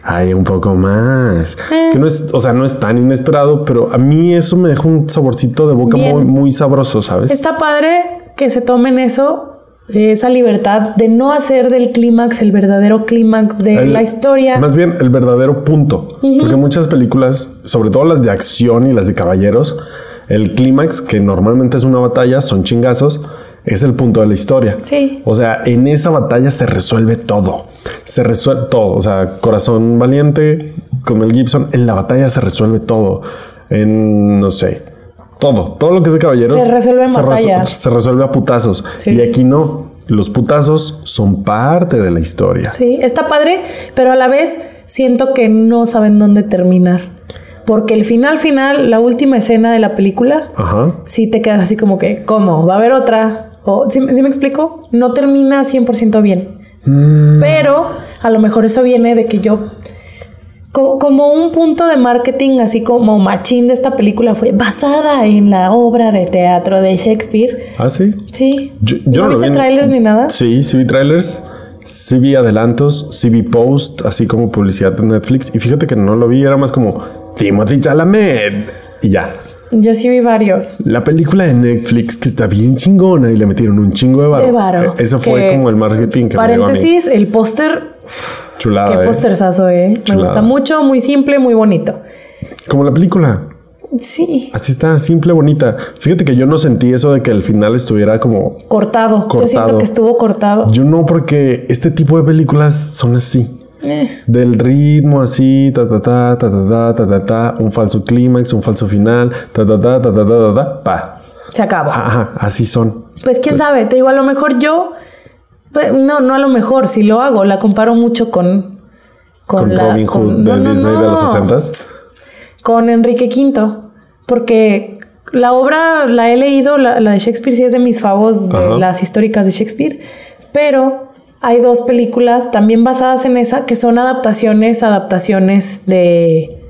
A: hay un poco más. Que no es, o sea, no es tan inesperado, pero a mí eso me dejó un saborcito de boca
B: Bien.
A: muy, muy sabroso, ¿sabes?
B: Está padre que se tomen eso, esa libertad de no hacer del clímax el verdadero clímax de
A: El-
B: la historia.
A: Más bien el verdadero punto. Porque muchas películas, sobre todo las de acción y las de caballeros, el clímax, que normalmente es una batalla, son chingazos, es el punto de la historia.
B: Sí.
A: O sea, en esa batalla se resuelve todo. Se resuelve todo. O sea, Corazón Valiente con Mel Gibson, en la batalla se resuelve todo. En, no sé, todo. Todo lo que es de caballeros.
B: Se resuelve en
A: se resu-
B: batalla.
A: se resuelve a putazos.
B: Sí.
A: Y aquí no. Los putazos son parte de la historia.
B: Sí, está padre, pero a la vez siento que no saben dónde terminar. Porque el final final, la última escena de la película,
A: Ajá.
B: sí te quedas así como que, ¿cómo? ¿Va a haber otra? O, ¿sí, sí me explico? No
A: Mm.
B: termina 100% bien. Pero a lo mejor eso viene de que yo co- como un punto de marketing, así como machín de esta película, fue basada en la obra de teatro de Shakespeare.
A: Ah, sí.
B: Sí.
A: Yo, yo lo
B: ¿No, viste
A: vi en-
B: trailers ni nada?
A: Sí, sí vi trailers, sí vi adelantos, sí vi post, así como publicidad de Netflix. Y fíjate que no lo vi, era más como Timothy Chalamet. Y ya.
B: Yo sí vi varios.
A: La película de Netflix que está bien chingona y le metieron un chingo de varo.
B: De varo.
A: E- Eso fue
B: Que-
A: como el marketing que me llegó a mí.
B: Paréntesis, el póster,
A: Chulada.
B: qué
A: ¿eh?
B: pósterzazo, eh.
A: Chulada.
B: Me gusta mucho, muy simple, muy bonito.
A: Como la película.
B: Sí,
A: Así está, simple, bonita. Fíjate que yo no sentí eso de que el final estuviera como
B: cortado. Yo
A: Cortado.
B: siento que estuvo cortado.
A: Yo no, porque este tipo de películas son así.
B: Eh,
A: Del ritmo así, ta ta ta, ta ta ta, ta ta ta, un falso clímax, un falso final, ta ta ta, ta ta ta, ta ta, pa.
B: se acabó.
A: Ajá, así son.
B: Pues quién sabe, te digo, a lo mejor yo, pues, no, no a lo mejor, si lo hago, la comparo mucho con...
A: Con,
B: la-
A: Robin Hood
B: con-
A: de
B: no, no,
A: Disney de los
B: no,
A: 60
B: Con Enrique V, porque la obra la he leído, la, la de Shakespeare sí es de mis favos, de
A: Ajá.
B: las históricas de Shakespeare, pero hay dos películas también basadas en esa que son adaptaciones, adaptaciones de,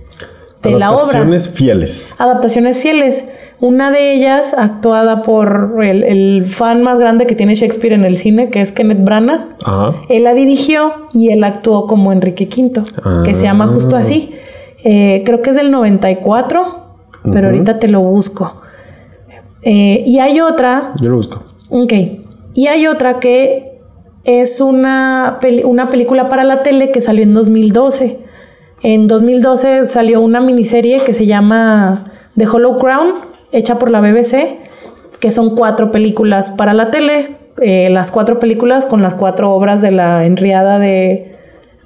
B: de la obra.
A: Adaptaciones fieles.
B: adaptaciones fieles. Una de ellas actuada por el, el fan más grande que tiene Shakespeare en el cine, que es Kenneth Branagh.
A: Ajá.
B: Él la dirigió y él actuó como Enrique V, que se llama justo así. Eh, creo que es del 94, pero ahorita te lo busco. Eh, y hay otra
A: Yo lo busco.
B: Ok. Y hay otra que es una, peli- una película para la tele que salió en 2012. En 2012 salió una miniserie que se llama The Hollow Crown, hecha por la BBC, que son cuatro películas para la tele, eh, las cuatro películas con las cuatro obras de la enriada de,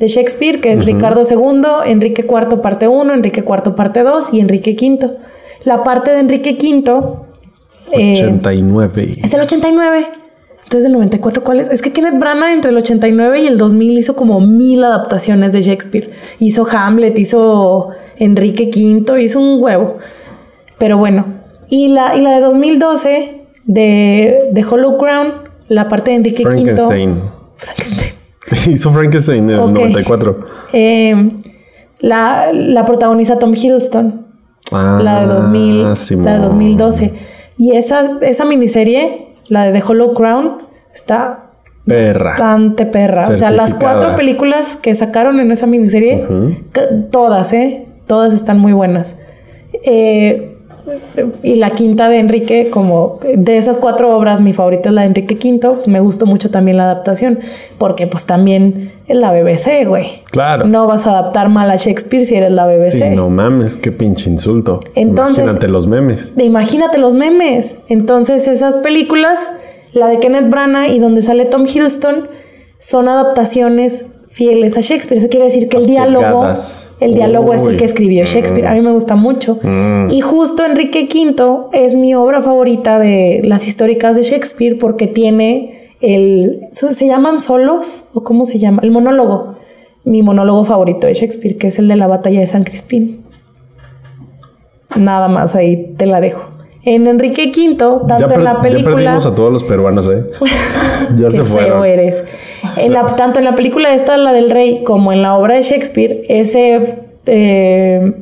B: de Shakespeare, que es Ricardo II, Enrique IV parte 1, Enrique IV parte 2 y Enrique V. La parte de Enrique V... eh,
A: 89.
B: es el 89. Entonces, ¿el 94 cuál es? Es que Kenneth Branagh entre el 89 y el 2000 hizo como mil adaptaciones de Shakespeare. Hizo Hamlet, hizo Enrique V, hizo un huevo. Pero bueno. Y la, y la de 2012, de, de Hollow Crown, la parte de Enrique V.
A: Frankenstein.
B: Frankenstein.
A: Hizo Frankenstein en el
B: Ok.
A: 94.
B: Eh, la, la protagoniza Tom Hiddleston.
A: Ah,
B: la de 2000, la de
A: Simón.
B: 2012. Y esa, esa miniserie, la de The Hollow Crown, está
A: Perra.
B: bastante perra. O sea, las
A: Certificada.
B: cuatro películas que sacaron en esa miniserie, ca- todas, ¿eh? Todas están muy buenas. Eh, y la quinta de Enrique, como de esas cuatro obras, mi favorita es la de Enrique V. pues, me gustó mucho también la adaptación, porque pues también es la BBC, güey.
A: Claro.
B: No vas a adaptar mal a Shakespeare si eres la BBC.
A: Sí, no mames, qué pinche insulto.
B: pues, eh. Entonces-
A: Imagínate los memes.
B: Imagínate los memes. Entonces, esas películas, la de Kenneth Branagh y donde sale Tom Hiddleston, son adaptaciones fieles a Shakespeare. Eso quiere decir que el diálogo,
A: Apegadas.
B: el diálogo es
A: Uy. Mm.
B: el que escribió Shakespeare. A mí me gusta mucho. Y justo Enrique V es mi obra favorita de las históricas de Shakespeare porque tiene el... ¿Se llaman solos? ¿O cómo se llama? El monólogo. Mi monólogo favorito de Shakespeare, que es el de la batalla de San Crispín. Nada más ahí te la dejo. En Enrique V, tanto
A: ya, per-
B: en la
A: ya
B: película.
A: perdimos a todos los peruanos, ¿eh? ya
B: Qué
A: se
B: feo
A: fueron.
B: eres. En la- tanto en la película esta, la del rey, como en la obra de Shakespeare, ese eh,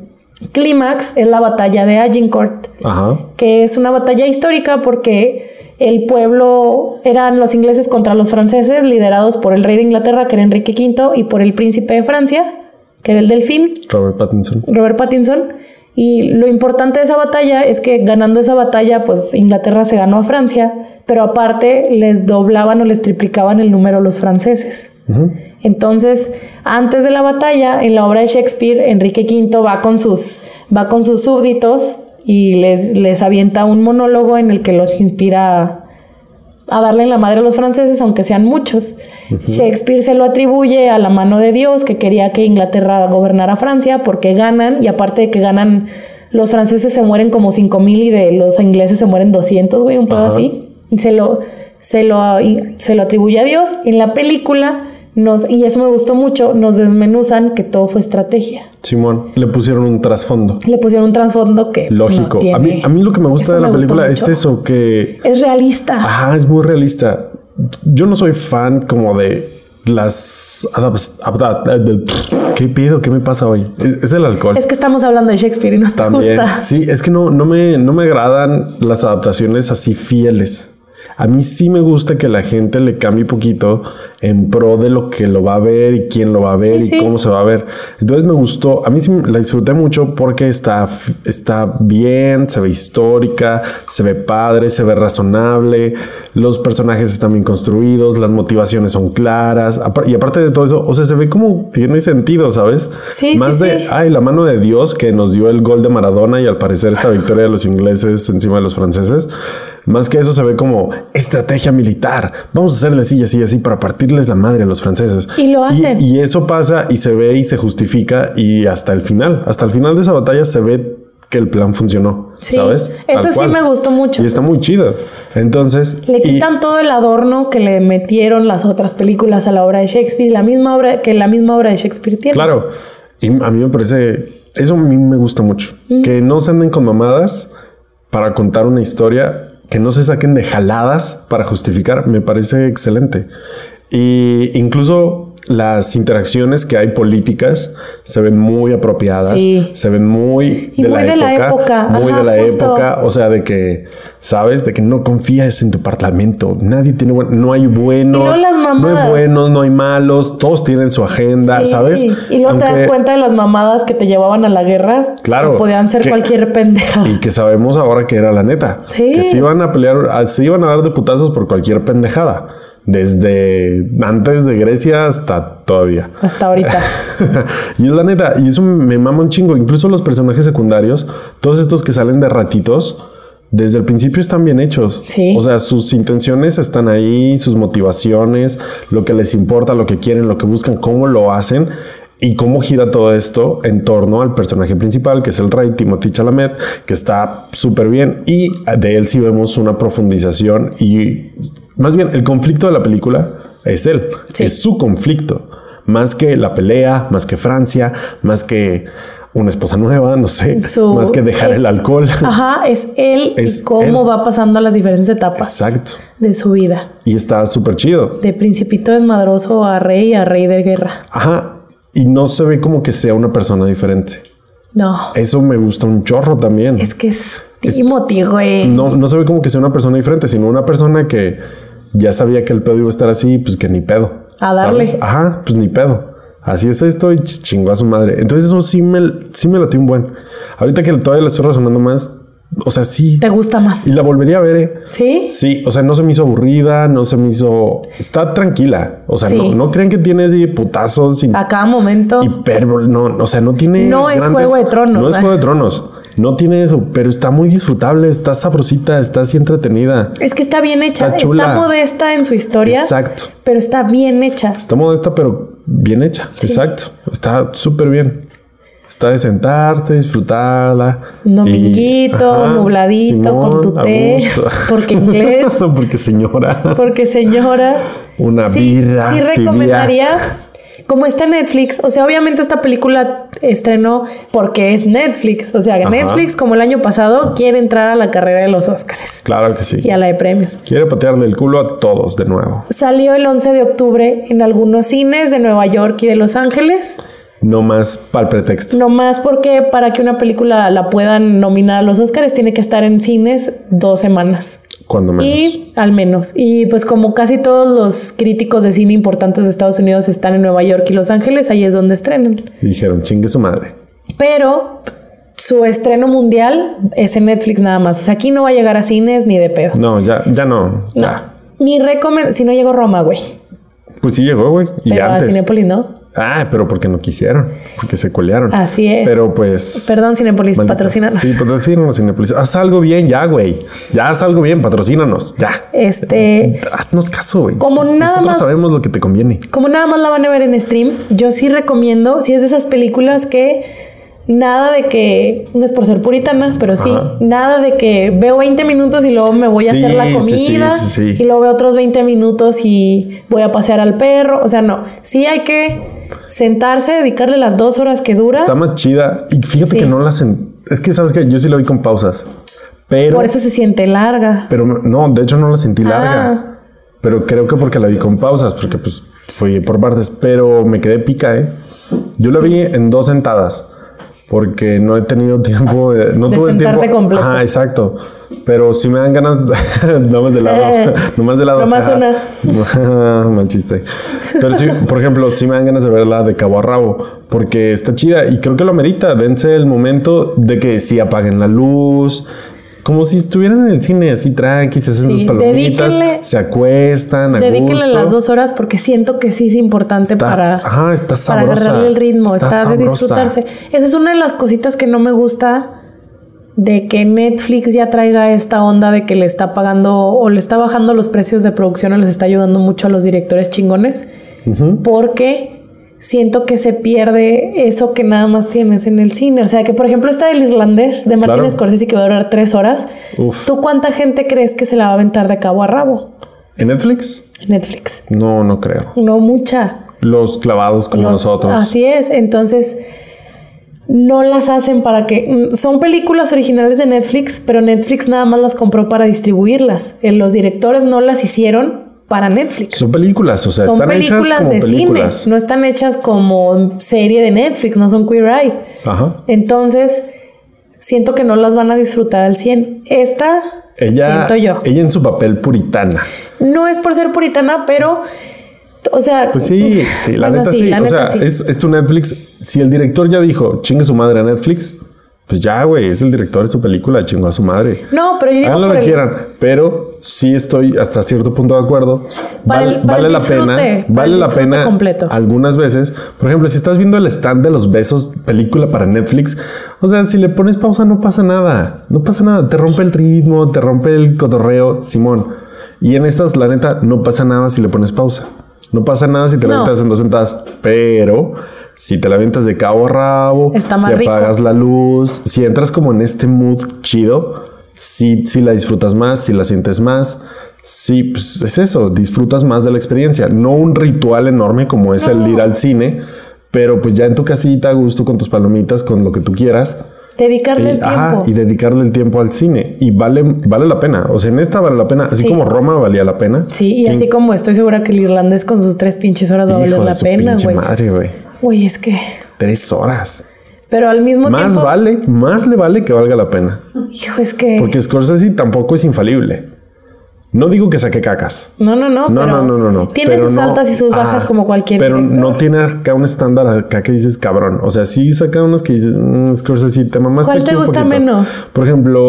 B: clímax es la batalla de Agincourt,
A: Ajá.
B: que es una batalla histórica porque el pueblo eran los ingleses contra los franceses, liderados por el rey de Inglaterra, que era Enrique V, y por el príncipe de Francia, que era el delfín.
A: Robert Pattinson.
B: Robert Pattinson. Y lo importante de esa batalla es que ganando esa batalla, pues Inglaterra se ganó a Francia, pero aparte les doblaban o les triplicaban el número a los franceses.
A: Ujú.
B: Entonces, antes de la batalla, en la obra de Shakespeare, Enrique V va con sus, va con sus súbditos y les, les avienta un monólogo en el que los inspira a, a darle en la madre a los franceses, aunque sean muchos. Shakespeare se lo atribuye a la mano de Dios, que quería que Inglaterra gobernara Francia, porque ganan, y aparte de que ganan, los franceses se mueren como 5.000 y de los ingleses se mueren 200, güey, un pedo
A: Ajá.
B: así. Y Se lo, se, lo, y se lo atribuye a Dios. En la película, nos, y eso me gustó mucho, nos desmenuzan que todo fue estrategia.
A: Simón. Le pusieron un trasfondo.
B: Le pusieron un trasfondo que... pues, no
A: Lógico. a, mí,
B: tiene.
A: a mí lo que me gusta
B: Eso
A: de la
B: me gustó
A: película es
B: mucho.
A: eso, que
B: Es realista.
A: Ajá, es muy realista. Yo no soy fan como de las adap- adap- adap- ¿Qué pido? ¿Qué me pasa hoy? Es, es el alcohol.
B: Es que estamos hablando de Shakespeare y no te
A: También.
B: gusta.
A: Sí, es que no, no, me, no me agradan las adaptaciones así fieles. A mí sí me gusta que la gente le cambie poquito en pro de lo que lo va a ver y quién lo va a ver
B: Sí,
A: y
B: sí.
A: cómo se va a ver. Entonces me gustó, a mí sí la disfruté mucho porque está, f- está bien, se ve histórica, se ve padre, se ve razonable, los personajes están bien construidos, las motivaciones son claras apar- y aparte de todo eso, o sea, se ve como tiene sentido, ¿sabes?
B: Sí, sí,
A: Más de,
B: sí.
A: Ay, la mano de Dios que nos dio el gol de Maradona y al parecer esta victoria de los ingleses encima de los franceses. Más que eso se ve como estrategia militar. Vamos a hacerle así y así y así para partirles la madre a los franceses.
B: Y lo hacen.
A: Y, eso pasa y se ve y se justifica y hasta el final, hasta el final de esa batalla se ve que el plan funcionó.
B: Sí,
A: ¿Sabes?
B: eso sí
A: cual.
B: me gustó mucho.
A: Y está muy chido. Entonces...
B: Le
A: y-
B: quitan todo el adorno que le metieron las otras películas a la obra de Shakespeare, la misma obra que la misma obra de Shakespeare tiene.
A: Claro. Y a mí me parece, eso a mí me gusta mucho. Que no se anden con mamadas para contar una historia, que no se saquen de jaladas para justificar, me parece excelente. Y incluso las interacciones que hay políticas se ven muy apropiadas,
B: Sí.
A: se ven muy,
B: Y
A: de,
B: muy
A: la
B: de la época,
A: muy
B: ajá,
A: de la
B: justo.
A: época, o sea, de que, ¿sabes? De que no confías en tu parlamento, nadie tiene, buen- no hay buenos,
B: luego las
A: no hay
B: mamadas.
A: buenos, no hay malos, todos tienen su agenda,
B: Sí,
A: ¿sabes?
B: Y luego
A: Aunque-
B: te das cuenta de las mamadas que te llevaban a la guerra.
A: Claro.
B: que podían ser
A: Que-
B: cualquier pendeja.
A: Y que sabemos ahora que era la neta.
B: Sí.
A: Que se iban a pelear, a- se iban a dar de putazos por cualquier pendejada. Desde antes de Grecia hasta todavía.
B: Hasta ahorita.
A: y es la neta, y eso me mama un chingo. Incluso los personajes secundarios, todos estos que salen de ratitos, desde el principio están bien hechos.
B: Sí.
A: O sea, sus intenciones están ahí, sus motivaciones, lo que les importa, lo que quieren, lo que buscan, cómo lo hacen. Y cómo gira todo esto en torno al personaje principal, que es el rey Timothy Chalamet, que está súper bien. Y de él sí vemos una profundización y más bien el conflicto de la película es él,
B: Sí.
A: es su conflicto, más que la pelea, más que Francia, más que una esposa nueva, no sé,
B: Su-
A: más que dejar
B: es-
A: el alcohol.
B: Ajá, es él
A: Es
B: y cómo
A: él.
B: va pasando las diferentes etapas
A: Exacto.
B: de su vida.
A: Y está súper chido.
B: De principito desmadroso a rey a rey de guerra.
A: Ajá. Y no se ve como que sea una persona diferente.
B: No.
A: Eso me gusta un chorro también.
B: Es que es Timothy, güey.
A: No, no se ve como que sea una persona diferente, sino una persona que ya sabía que el pedo iba a estar así, pues que ni pedo.
B: A darle.
A: ¿sabes? Ajá, pues ni pedo. Así es esto y ch- chingó a su madre. Entonces eso sí me, sí me latió un buen. Ahorita que todavía le estoy razonando más, o sea, sí.
B: ¿Te gusta más?
A: Y la volvería a ver, ¿eh?
B: ¿Sí?
A: Sí, o sea, no se me hizo aburrida, no se me hizo... Está tranquila. O sea,
B: Sí.
A: no, no crean que tiene así putazos sin
B: A cada momento.
A: hipérbole, no, o sea, no tiene.
B: No es Juego de Tronos. ¿eh?
A: No es Juego de Tronos. No tiene eso, pero está muy disfrutable, está sabrosita, está así entretenida.
B: Es que está bien hecha.
A: Está
B: Está,
A: chula.
B: modesta en su historia.
A: Exacto.
B: Pero está bien hecha.
A: Está modesta, pero bien hecha. Exacto. Está súper bien. Está de sentarte, disfrutarla.
B: Un
A: y-
B: dominguito,
A: Ajá,
B: nubladito, con tu
A: a
B: té,
A: gusto.
B: porque inglés.
A: porque señora.
B: Porque señora.
A: Una vida
B: Sí
A: tibia.
B: recomendaría. Como está Netflix, o sea, obviamente esta película estrenó porque es Netflix. O sea, que
A: Ajá.
B: Netflix, como el año pasado, quiere entrar a la carrera de los Óscares
A: Claro que sí.
B: y a la de premios.
A: Quiere patearle el culo a todos de nuevo.
B: Salió el 11 de octubre en algunos cines de Nueva York y de Los Ángeles.
A: No más para el pretexto.
B: Nomás porque para que una película la puedan nominar a los Óscares tiene que estar en cines dos semanas.
A: Cuando menos.
B: Y al menos. Y pues como casi todos los críticos de cine importantes de Estados Unidos están en Nueva York y Los Ángeles, ahí es donde estrenan.
A: Y dijeron, chingue su madre.
B: Pero su estreno mundial es en Netflix nada más. O sea, aquí no va a llegar a cines ni de pedo.
A: No, ya, ya no.
B: No.
A: Ya.
B: Mi recomendación, si no llegó Roma, güey.
A: Pues sí llegó, güey. Y
B: Pero a
A: antes.
B: Cinépolis no.
A: Ah, pero porque no quisieron, porque se colearon.
B: Así es.
A: Pero pues.
B: Perdón, Cinépolis,
A: maldita-
B: patrocínanos.
A: Sí, patrocínanos, Cinepolis. Haz algo bien ya, güey. Ya haz algo bien, patrocínanos. Ya.
B: Este,
A: Haznos caso, güey.
B: Como
A: Nosotros
B: nada más-
A: sabemos lo que te conviene.
B: Como nada más la van a ver en stream, yo sí recomiendo, si es de esas películas que nada de que, no es por ser puritana, pero sí,
A: Ajá.
B: nada de que veo 20 minutos y luego me voy a
A: Sí,
B: hacer la
A: sí, sí,
B: comida
A: sí, sí.
B: y luego veo otros 20 minutos y voy a pasear al perro, o sea, no, sí hay que sentarse, dedicarle las dos horas que dura,
A: Está más chida. Y fíjate
B: Sí.
A: que no la sen- Es que sabes que yo sí la vi con pausas. Pero.
B: por eso se siente larga.
A: Pero me- no, de hecho no la sentí larga.
B: Ah.
A: Pero creo que porque la vi con pausas, porque pues fui por partes, pero me quedé pica, ¿eh? Yo la vi en dos sentadas, porque no he tenido tiempo, eh, no
B: De
A: tuve el
B: sentarte
A: tiempo.
B: completo.
A: Ajá, exacto. Pero si me dan ganas, nomás de lado, nomás de lado.
B: Nomás
A: Ajá.
B: una.
A: Mal chiste. Pero sí, por ejemplo, sí me dan ganas de verla de cabo a rabo, porque está chida y creo que lo amerita. Dense el momento de que sí apaguen la luz, como si estuvieran en el cine, así tranqui, se hacen
B: Sí,
A: sus palomitas,
B: dedíquenle-
A: se acuestan, a
B: Dedíquenle
A: gusto.
B: las dos horas porque siento que sí es importante
A: Está-
B: para,
A: ajá, está
B: para
A: sabrosa.
B: agarrarle el ritmo,
A: Está
B: está de
A: sabrosa.
B: disfrutarse. Esa es una de las cositas que no me gusta de que Netflix ya traiga esta onda de que le está pagando o le está bajando los precios de producción o les está ayudando mucho a los directores chingones porque siento que se pierde eso que nada más tienes en el cine. O sea, que por ejemplo está el irlandés de Martin
A: Claro.
B: Scorsese que va a durar tres horas.
A: Uf.
B: ¿Tú cuánta gente crees que se la va a aventar de cabo a rabo?
A: ¿En Netflix?
B: Netflix.
A: No, no creo.
B: No mucha.
A: Los clavados como
B: Los- ah,
A: nosotros.
B: Así es. Entonces, no las hacen para que. mm, Son películas originales de Netflix, pero Netflix nada más las compró para distribuirlas. Eh, Los directores no las hicieron para Netflix.
A: Son películas, o sea,
B: son
A: están
B: películas
A: hechas como
B: de
A: películas.
B: cine. No están hechas como serie de Netflix, no son queer eye.
A: Ajá.
B: Entonces, siento que no las van a disfrutar al 100. Esta,
A: Ella,
B: siento yo.
A: ella en su papel puritana.
B: No es por ser puritana, pero. O sea.
A: Pues sí, sí, la
B: bueno,
A: neta sí.
B: la
A: o sea,
B: neta sí.
A: Es, es tu Netflix. Si el director ya dijo, chingue su madre a Netflix, pues ya, güey, es el director de su película, chingó a su madre.
B: No, pero yo digo.
A: Hagan lo
B: por
A: que
B: el-
A: quieran, pero sí estoy hasta cierto punto de acuerdo.
B: Para
A: Val-
B: el- para
A: vale
B: el
A: la
B: disfrute,
A: pena,
B: para
A: vale
B: el
A: la
B: disfrute
A: pena
B: completo.
A: algunas veces. Por ejemplo, si estás viendo el stand de los besos, película para Netflix, o sea, si le pones pausa no pasa nada, no pasa nada, te rompe el ritmo, te rompe el cotorreo, Simón. Y en estas, la neta, no pasa nada si le pones pausa. No pasa nada si te la
B: No.
A: aventas en dos sentadas, pero si te la aventas de cabo a rabo,
B: Está más
A: si
B: rico.
A: apagas la luz, si entras como en este mood chido, si, si la disfrutas más, si la sientes más, si pues, es eso, disfrutas más de la experiencia, no un ritual enorme como es el ir al cine, pero pues ya en tu casita, a gusto, con tus palomitas, con lo que tú quieras. Y,
B: Dedicarle el tiempo.
A: ajá, y dedicarle el tiempo al cine y vale, vale la pena. O sea, en esta vale la pena, así
B: Sí.
A: como Roma valía la pena.
B: Sí, y así como estoy segura que el irlandés con sus tres pinches horas va a valer
A: Hijo de
B: la
A: su
B: pena,
A: pinche
B: güey.
A: madre, güey.
B: Güey, es que.
A: Tres horas.
B: Pero al mismo
A: Más
B: tiempo.
A: vale, más le vale que valga la pena.
B: Hijo, es que.
A: Porque Scorsese tampoco es infalible. No digo que saque cacas.
B: No, no, no.
A: No,
B: pero
A: no, no, no, no.
B: Tiene
A: Pero
B: sus
A: no-
B: altas y sus bajas
A: Ajá.
B: como cualquier.
A: Pero
B: director.
A: no tiene acá un estándar acá que dices cabrón. O sea, sí saca unos que dices, "Mm, Scorsese, te mamaste.
B: ¿Cuál
A: aquí
B: te
A: un
B: gusta
A: poquito".
B: menos?
A: Por ejemplo,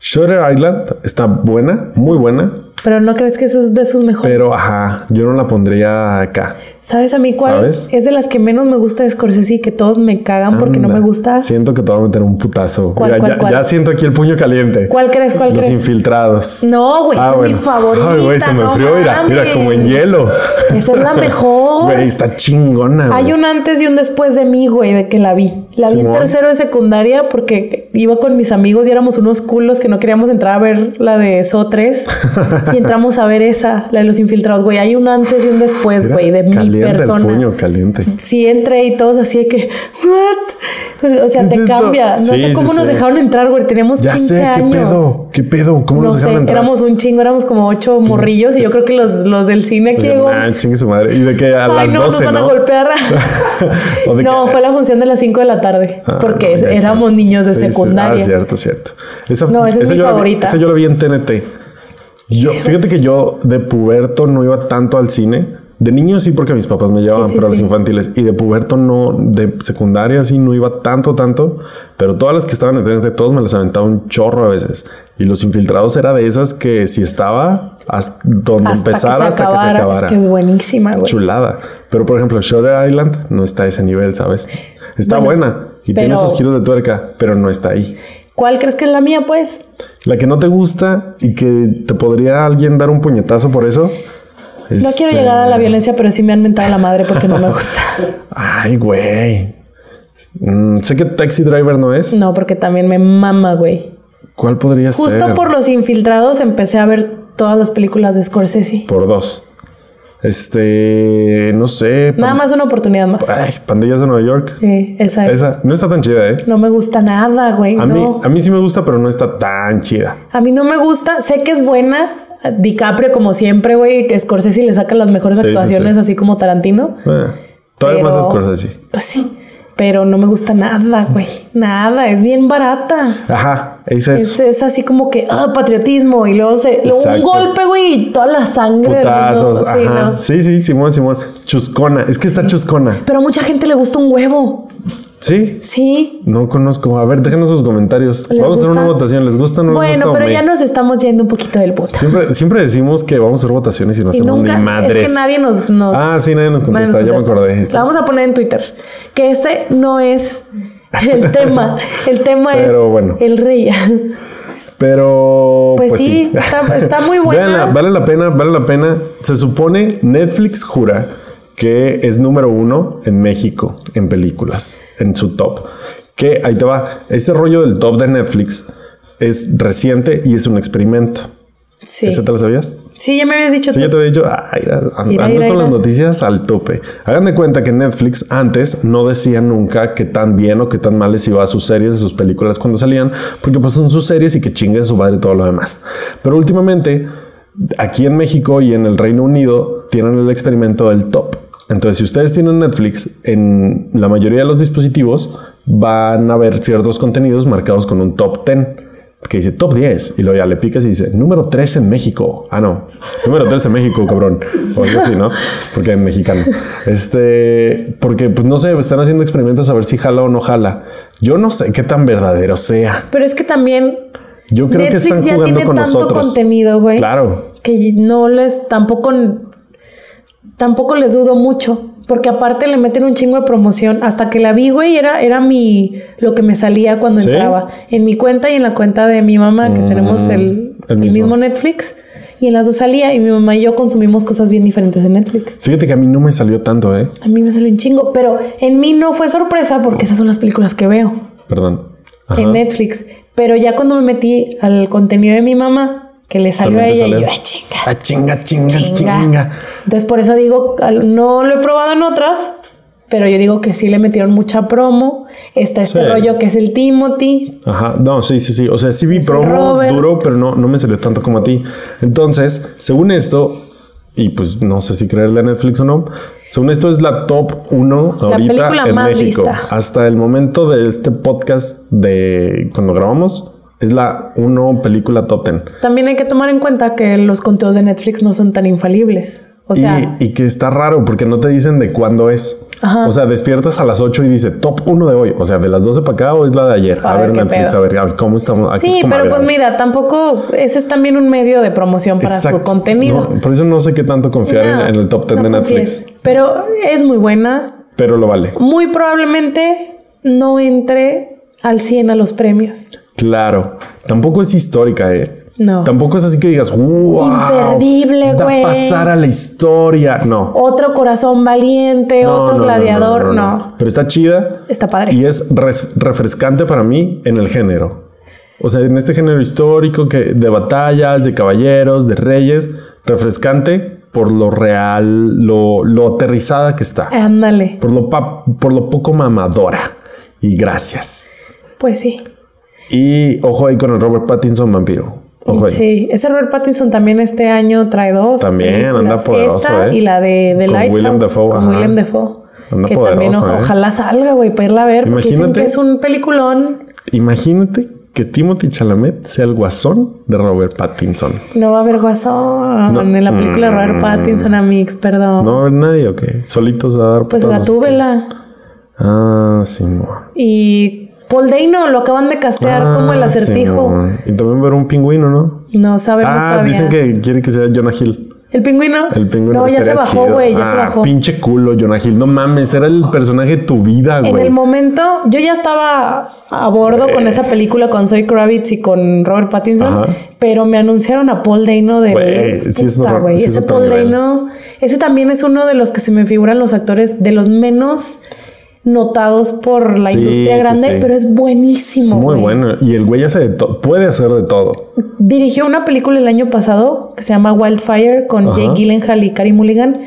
A: Shutter Island está buena, muy buena,
B: Pero no crees que eso es de sus mejores.
A: pero ajá, yo no la pondría acá.
B: ¿Sabes a mí cuál?
A: ¿Sabes?
B: Es de las que menos me gusta de Scorsese y que todos me cagan porque no
A: Anda,
B: me gusta.
A: Siento que te va a meter un putazo.
B: ¿Cuál,
A: Mira,
B: cuál,
A: ya,
B: cuál?
A: ya siento aquí el puño caliente.
B: ¿Cuál crees? ¿Cuál
A: Los
B: crees?
A: infiltrados.
B: No, güey, esa Pues, es mi favorita.
A: Ah, Ay, güey, se me
B: no
A: enfrió, mira, mira,
B: mames.
A: como en hielo.
B: Esa es la mejor.
A: Güey, está chingona. güey.
B: Hay un antes y un después de mí, güey, de que la vi. La vi en
A: Simón.
B: tercero de secundaria porque iba con mis amigos y éramos unos culos que no queríamos entrar a ver la de SO 3 y entramos a ver esa, la de los infiltrados, güey. Hay un antes y un después,
A: Mira,
B: güey, de mi
A: caliente
B: persona.
A: El puño caliente.
B: Sí entré y todos así de que, ¿what? Pues, O sea,
A: ¿Es
B: te
A: esto?
B: cambia. No
A: Sí,
B: sé cómo
A: sí,
B: nos
A: sí.
B: dejaron entrar, güey. Teníamos
A: Ya
B: 15
A: sé, qué
B: años.
A: pedo, qué pedo, cómo
B: No
A: nos
B: sé,
A: dejaron entrar. Pues,
B: éramos un chingo, éramos como ocho morrillos y yo creo que los, los del cine aquí llegó.
A: Ah, chingue su madre. Y de que a
B: Ay,
A: las
B: no,
A: 12,
B: nos van
A: ¿no?
B: a golpear.
A: O Pues de
B: no,
A: que-
B: fue la función de las 5 de la tarde,
A: Ah,
B: porque
A: no, ya
B: éramos
A: sé.
B: niños de
A: Sí, sí.
B: secundaria.
A: Ah, cierto, cierto. Esa,
B: No, esa es mi
A: yo la vi-
B: favorita.
A: esa yo la vi en TNT. Yo, fíjate que yo de puberto no iba tanto al cine. De niño sí, porque mis papás me llevaban,
B: sí,
A: pero a los
B: sí.
A: infantiles. Y de puberto no, de secundaria sí no iba tanto, tanto. Pero todas las que estaban en TNT, todos me las aventaba un chorro a veces. Y los infiltrados era de esas que si estaba hasta donde
B: hasta
A: empezara
B: que se
A: hasta
B: acabara.
A: que se acabara.
B: Es que es buenísima, güey.
A: Chulada. Pero por ejemplo, Shutter Island no está a ese nivel, ¿sabes? Está
B: Bueno,
A: buena y
B: pero-
A: tiene sus giros de tuerca, pero no está ahí.
B: ¿Cuál crees que es la mía, pues?
A: La que no te gusta y que te podría alguien dar un puñetazo por eso. este,
B: No quiero llegar a la violencia, pero sí me han mentado la madre porque no me gusta.
A: Ay, güey. Mm, sé que Taxi Driver no es.
B: No, porque también me mama, güey.
A: ¿Cuál podría ser?
B: Mm. Justo por los infiltrados empecé a ver todas las películas de Scorsese.
A: Por dos. Este, no sé.
B: Nada más una oportunidad más.
A: Ay, Pandillas de Nueva York.
B: Sí, esa es.
A: Ah. Esa no está tan chida, ¿eh?
B: No me gusta nada, güey.
A: A,
B: no.
A: mí, a mí sí me gusta, pero no está tan chida.
B: A mí no me gusta, sé que es buena, eh, DiCaprio, como siempre, güey, que Scorsese le saca las mejores
A: Sí, sí,
B: actuaciones,
A: sí.
B: así como Tarantino.
A: Ah, todavía
B: Pero-
A: más Scorsese.
B: Pues sí, pero no me gusta nada, güey. Nada, es bien barata.
A: Ajá, esa es.
B: Es, es así como que, ah, patriotismo. Y luego se, luego un
A: Exacto.
B: golpe, güey, y toda la sangre
A: Putazos,
B: del mundo. Sí,
A: ajá.
B: ¿no?
A: Sí, sí, Simón, Simón. Chuscona, es que está chuscona.
B: Pero a mucha gente le gusta un huevo.
A: Sí,
B: Sí.
A: no conozco. A ver, déjenos sus comentarios.
B: ¿Les
A: Vamos a hacer una
B: gusta?
A: votación. ¿Les gusta o no les gusta?
B: bueno,
A: o
B: pero
A: me?
B: ya nos estamos yendo un poquito del punto.
A: Siempre, siempre decimos que vamos a hacer votaciones y no
B: Y
A: hacemos
B: nunca,
A: ni madres.
B: es que nadie nos, nos-
A: Ah, sí, nadie nos contesta, ya me acordé.
B: La vamos a poner en Twitter. Que ese no es el tema. El tema
A: Pero
B: es
A: bueno.
B: el rey.
A: Pero.
B: Pues sí, está- está muy buena.
A: Véanla, vale la pena, vale la pena. Se supone Netflix jura que es número uno en México en películas, en su top. Que ahí te va. Este rollo del top de Netflix es reciente y es un experimento.
B: Sí.
A: ¿Ese te lo sabías?
B: Sí, ya me habías dicho.
A: Sí,
B: tú.
A: yo te había dicho, ay, ando
B: Ira,
A: ando
B: ira,
A: con las
B: ira.
A: noticias al tope. Hagan de cuenta que Netflix antes no decía nunca qué tan bien o qué tan mal les iba a sus series, a sus películas cuando salían, porque pues son sus series y que chinguen su madre todo lo demás. Pero últimamente, aquí en México y en el Reino Unido, tienen el experimento del top. Entonces, si ustedes tienen Netflix, en la mayoría de los dispositivos van a ver ciertos contenidos marcados con un top 10 que dice top 10 y luego ya le picas y dice número 3 en México. Ah, no, número 3 en México, cabrón. O algo así, ¿no? Porque es mexicano. Este, porque pues no sé, están haciendo experimentos a ver si jala o no jala. Yo no sé qué tan verdadero sea.
B: Pero es que también
A: Yo creo
B: Netflix
A: que están
B: ya
A: jugando
B: tiene
A: con
B: tanto
A: nosotros.
B: contenido, güey.
A: Claro.
B: que no les tampoco tampoco les dudo mucho porque aparte le meten un chingo de promoción hasta que la vi güey era era mi lo que me salía cuando
A: ¿Sí? Mm,
B: entraba en mi cuenta y en la cuenta de mi mamá que tenemos el,
A: el
B: el mismo.
A: mismo.
B: Netflix y en las dos salía y mi mamá y yo consumimos cosas bien diferentes en Netflix
A: Fíjate que a mí no me salió tanto, ¿eh?
B: a mí me salió un chingo pero en mí no fue sorpresa porque esas son las películas que veo
A: Perdón. Ajá.
B: en Netflix pero ya cuando me metí al contenido de mi mamá que le salió a
A: También te
B: ella y yo
A: salió.
B: ay chinga
A: Ah, chinga, chinga, chinga.
B: entonces, por eso digo, al- no lo he probado en otras, pero yo digo que sí le metieron mucha promo. Está este
A: Sí.
B: rollo que es el Timothy.
A: Ajá, no, sí, sí, sí. O sea, sí vi
B: Es el
A: promo
B: Robert.
A: duro, pero no, no me salió tanto como a ti. Entonces, según esto, y pues no sé si creerle a Netflix o no, según esto es la top 1 ahorita
B: película
A: en
B: más
A: México.
B: vista.
A: Hasta el momento de este podcast de cuando grabamos, es la 1 película top 10.
B: También hay que tomar en cuenta que los conteos de Netflix no son tan infalibles. O sea,
A: y, y que está raro porque no te dicen de cuándo es.
B: Ajá.
A: O sea, despiertas a las 8 y dice top 1 de hoy. O sea, de las 12 para acá o es la de ayer.
B: A
A: A,
B: ver
A: ver,
B: qué
A: Netflix,
B: pedo.
A: a ver, a ver cómo estamos. Aquí
B: sí,
A: como a
B: pero
A: ver,
B: pues
A: a ver.
B: mira, tampoco ese es también un medio de promoción para su
A: Exacto.
B: contenido.
A: No, por eso no sé qué tanto confiar en-
B: No,
A: en, el top 10
B: no
A: de
B: confíes.
A: Netflix,
B: Pero es muy buena.
A: pero lo vale.
B: Muy probablemente no entre al 100 a los premios.
A: Claro. Tampoco es histórica, eh.
B: No.
A: Tampoco es así que digas, wow.
B: Imperdible,
A: Va
B: güey.
A: a pasar a la historia. No.
B: Otro corazón valiente,
A: No,
B: otro
A: no, no,
B: gladiador. No,
A: Pero está chida
B: Está padre.
A: y es res- refrescante para mí en el género. O sea, en este género histórico que de batallas, de caballeros, de reyes, refrescante por lo real, lo, lo aterrizada que está.
B: Ándale.
A: por lo, pa- por lo poco mamadora. Y gracias.
B: Pues sí.
A: Y ojo ahí con el Robert Pattinson vampiro. Ojo ahí.
B: Sí, ese Robert Pattinson también este año trae dos.
A: También,
B: películas.
A: anda poderoso,
B: Esta
A: ¿eh?
B: y la de The
A: Con
B: Lighthouse.
A: Willem Dafoe,
B: Con
A: ajá.
B: Willem Dafoe.
A: Anda
B: que también
A: poderoso,
B: oja-
A: ¿eh?
B: ojalá salga, güey, para irla a ver. Porque dicen
A: Imagínate.
B: que es un peliculón.
A: Imagínate que Timothy Chalamet sea el guasón de Robert Pattinson.
B: No va a haber guasón en la película de Robert Pattinson, amigos, perdón.
A: Mm. No va a haber nadie o qué. Solitos a dar
B: pues
A: putazos.
B: Gatúbela.
A: Ah, Simón.
B: Y Paul Dano lo acaban de castear
A: Ah,
B: como el acertijo.
A: Simón. Y también ver un pingüino, ¿no?
B: No sabemos
A: Ah,
B: todavía.
A: dicen que quiere que sea Jonah Hill.
B: ¿El pingüino?
A: El pingüino.
B: No, ya se
A: estaría
B: bajó,
A: chido.
B: güey, ya se
A: Ah,
B: bajó.
A: Pinche culo, Jonah Hill. No mames, era el personaje de tu vida,
B: En
A: güey.
B: el momento, yo ya estaba a bordo con esa película con Zoe Kravitz y con Robert Pattinson,
A: Ajá.
B: pero me anunciaron a Paul Dano de
A: Güey, sí es
B: Puta,
A: otro-
B: güey,
A: sí es
B: ese
A: otro
B: Paul
A: nivel.
B: Dano, ese también es uno de los que se me figuran los actores de los menos notados por la
A: Sí,
B: industria
A: sí,
B: grande,
A: sí.
B: pero es buenísimo.
A: Muy
B: güey.
A: bueno. Y el güey hace de todo. Puede hacer de todo.
B: Dirigió una película el año pasado que se llama Wildfire con
A: Ajá.
B: Jake Gyllenhaal y Cary Mulligan.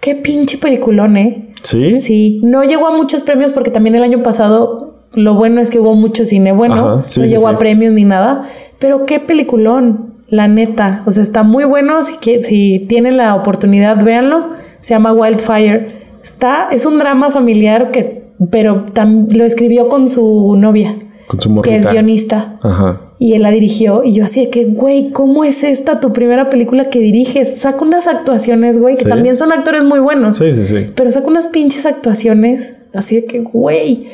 B: Qué pinche peliculón, eh.
A: ¿Sí?
B: Sí, no llegó a muchos premios porque también el año pasado lo bueno es que hubo mucho cine bueno,
A: Ajá, sí,
B: no
A: sí,
B: llegó
A: sí.
B: a premios ni nada, pero qué peliculón. La neta, o sea, está muy bueno. Si, qui- si tienen la oportunidad, véanlo. Se llama Wildfire. Está, es un drama familiar que, pero tam- lo escribió con su novia,
A: Con su
B: que es
A: morrita.
B: guionista.
A: Ajá.
B: Y él la dirigió. Y yo así de que, güey, ¿cómo es esta tu primera película que diriges? Saca unas actuaciones, güey, que
A: Sí.
B: también son actores muy buenos.
A: Sí, sí, sí.
B: Pero saca unas pinches actuaciones. Así de que, güey.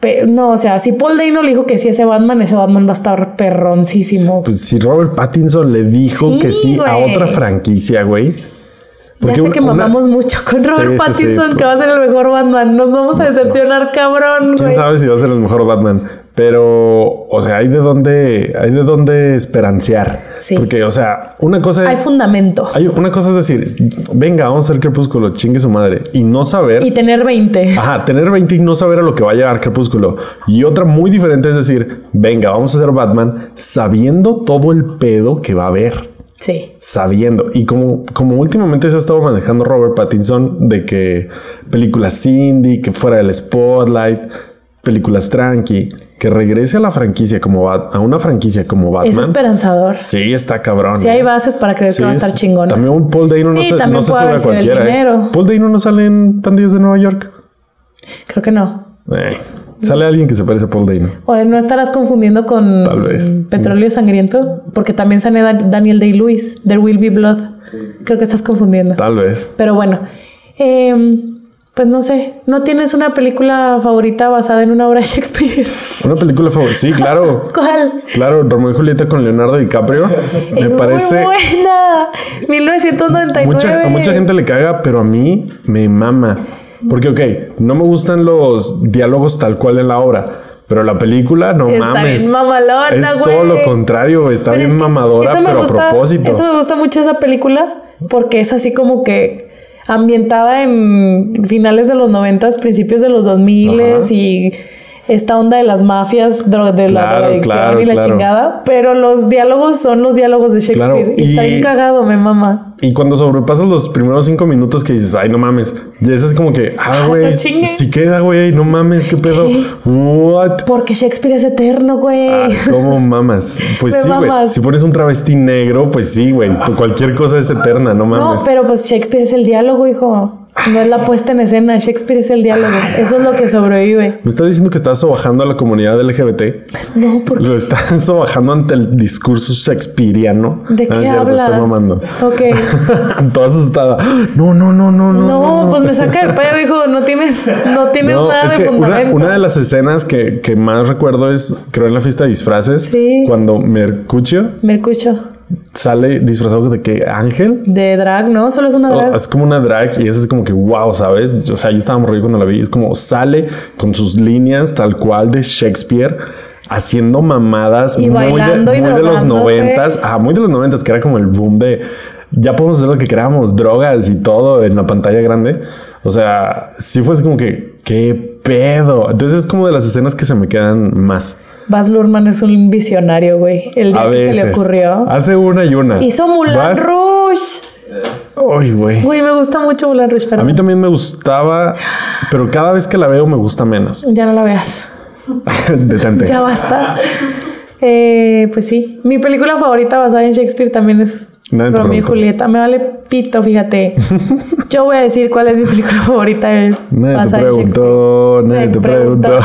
B: Pero no, o sea, si Paul Dano le dijo que sí a ese Batman, ese Batman va a estar perroncísimo.
A: Pues si Robert Pattinson le dijo
B: Sí,
A: que sí a
B: güey.
A: otra franquicia, güey.
B: ya sé
A: una-
B: que
A: una-
B: mamamos mucho con Robert
A: Sí, sí,
B: Pattinson,
A: sí.
B: que va a ser el mejor Batman. Nos vamos a decepcionar, cabrón,
A: Quién
B: güey.
A: sabe si va a ser el mejor Batman, pero, o sea, hay de dónde, hay de dónde esperanciar.
B: Sí.
A: Porque, o sea, una cosa
B: Hay
A: es,
B: fundamento.
A: hay una cosa es decir, es, venga, vamos a hacer Crepúsculo, chingue su madre y no saber.
B: Y tener 20.
A: Ajá, tener 20 y no saber a lo que va a llegar Crepúsculo. Y otra muy diferente es decir, venga, vamos a hacer Batman sabiendo todo el pedo que va a haber
B: Sí.
A: sabiendo. Y como, como últimamente se ha estado manejando Robert Pattinson de que películas indie, que fuera del spotlight, películas tranqui, que regrese a la franquicia como Bat- a una franquicia como
B: Es
A: Batman.
B: esperanzador.
A: Sí, está cabrón.
B: Si hay
A: ¿eh?
B: bases para creer
A: Sí,
B: que va a
A: es-
B: estar chingón.
A: También un Paul Dano no
B: Y
A: se,
B: también
A: no se
B: puede
A: sube a
B: haber sido el
A: cualquiera. ¿eh?
B: dinero.
A: Paul Dano no sale en Tandillas de Nueva York.
B: Creo que no.
A: Eh, sale alguien que se parece a Paul Dano.
B: O no estarás confundiendo con
A: Tal vez.
B: Petróleo Sangriento, porque también sale Dan- Daniel Day-Lewis. There Will Be Blood. Creo que estás confundiendo.
A: Tal vez.
B: Pero bueno, em, pues no sé. ¿No tienes una película favorita basada en una obra de Shakespeare?
A: Una película favorita. Sí, claro.
B: ¿Cuál?
A: Claro, Romeo y Julieta con Leonardo DiCaprio. me
B: es
A: parece
B: muy buena. 1999.
A: Mucha, a mucha gente le caga, pero a mí me mama. Porque, ok, no me gustan los diálogos tal cual en la obra, pero la película, no
B: Está
A: mames.
B: bien mamalona,
A: es
B: güey.
A: todo lo contrario, está
B: Pero
A: bien
B: es que
A: mamadora,
B: eso me
A: pero
B: gusta-
A: a propósito.
B: Eso me gusta mucho esa película porque es así como que ambientada en finales de los noventas, principios de los dos miles
A: Ajá.
B: y esta onda de las mafias, dro- de la
A: Claro,
B: drogadicción
A: claro,
B: y la
A: claro.
B: chingada, pero los diálogos son los diálogos de Shakespeare.
A: Claro,
B: y está
A: y-
B: bien cagado, me mama.
A: Y cuando sobrepasas los primeros cinco minutos que dices, ay, no mames, y eso es como que, ah,
B: no
A: güey, si
B: chingues.
A: queda, güey, no mames, qué pedo. What?
B: Porque Shakespeare es eterno, güey.
A: Ah, ¿Cómo mamas? Pues
B: Me
A: sí, güey.
B: mamas.
A: Si pones un travesti negro, pues sí, güey. tu- Cualquier cosa es eterna, no
B: No,
A: mames.
B: pero pues Shakespeare es el diálogo, hijo. No es la puesta en escena, Shakespeare es el diálogo.
A: Ah,
B: Eso es lo que sobrevive.
A: Me estás diciendo que estás sobajando a la comunidad LGBT.
B: No, porque
A: Lo están sobajando ante el discurso shakespeariano.
B: ¿De
A: No,
B: qué
A: es cierto,
B: hablas?
A: Estoy mamando.
B: Ok.
A: Toda asustada. No, no, no, no, no.
B: No, pues me saca de pedo, hijo. No tienes, no tienes
A: No,
B: nada
A: es
B: de
A: que una,
B: fundamento.
A: una de las escenas que, que más recuerdo es, creo, en la fiesta de disfraces,
B: Sí.
A: cuando Mercucio
B: Mercucho
A: sale disfrazado de que ángel.
B: de drag, ¿no? Solo es una drag.
A: Es como una drag y eso es como que wow, ¿sabes? O sea, yo estaba morrido cuando la vi. Es como sale con sus líneas tal cual de Shakespeare haciendo mamadas
B: Y bailando
A: de,
B: y
A: muy de los
B: drogándose.
A: noventas. Ah, muy de los noventas, que era como el boom de ya podemos hacer lo que queramos, drogas y todo en la pantalla grande. O sea, sí fue así como que qué pedo. Entonces es como de las escenas que se me quedan más.
B: Baz Luhrmann es un visionario, güey. El día
A: A
B: que
A: veces
B: se le ocurrió.
A: hace una y una.
B: Hizo Mulan
A: Vas-
B: Rouge.
A: Ay, güey.
B: Güey, me gusta mucho Mulan Rouge,
A: A
B: pero
A: mí también me gustaba, pero cada vez que la veo me gusta menos.
B: ya no la veas.
A: Detente.
B: Ya basta. Eh, pues sí, mi película favorita basada en Shakespeare también es
A: Nadie te
B: Romeo y
A: preguntó.
B: Julieta. Me vale pito, fíjate. Yo voy a decir cuál es mi película favorita eh,
A: Nadie te
B: basada en Shakespeare.
A: preguntó, nadie te preguntó.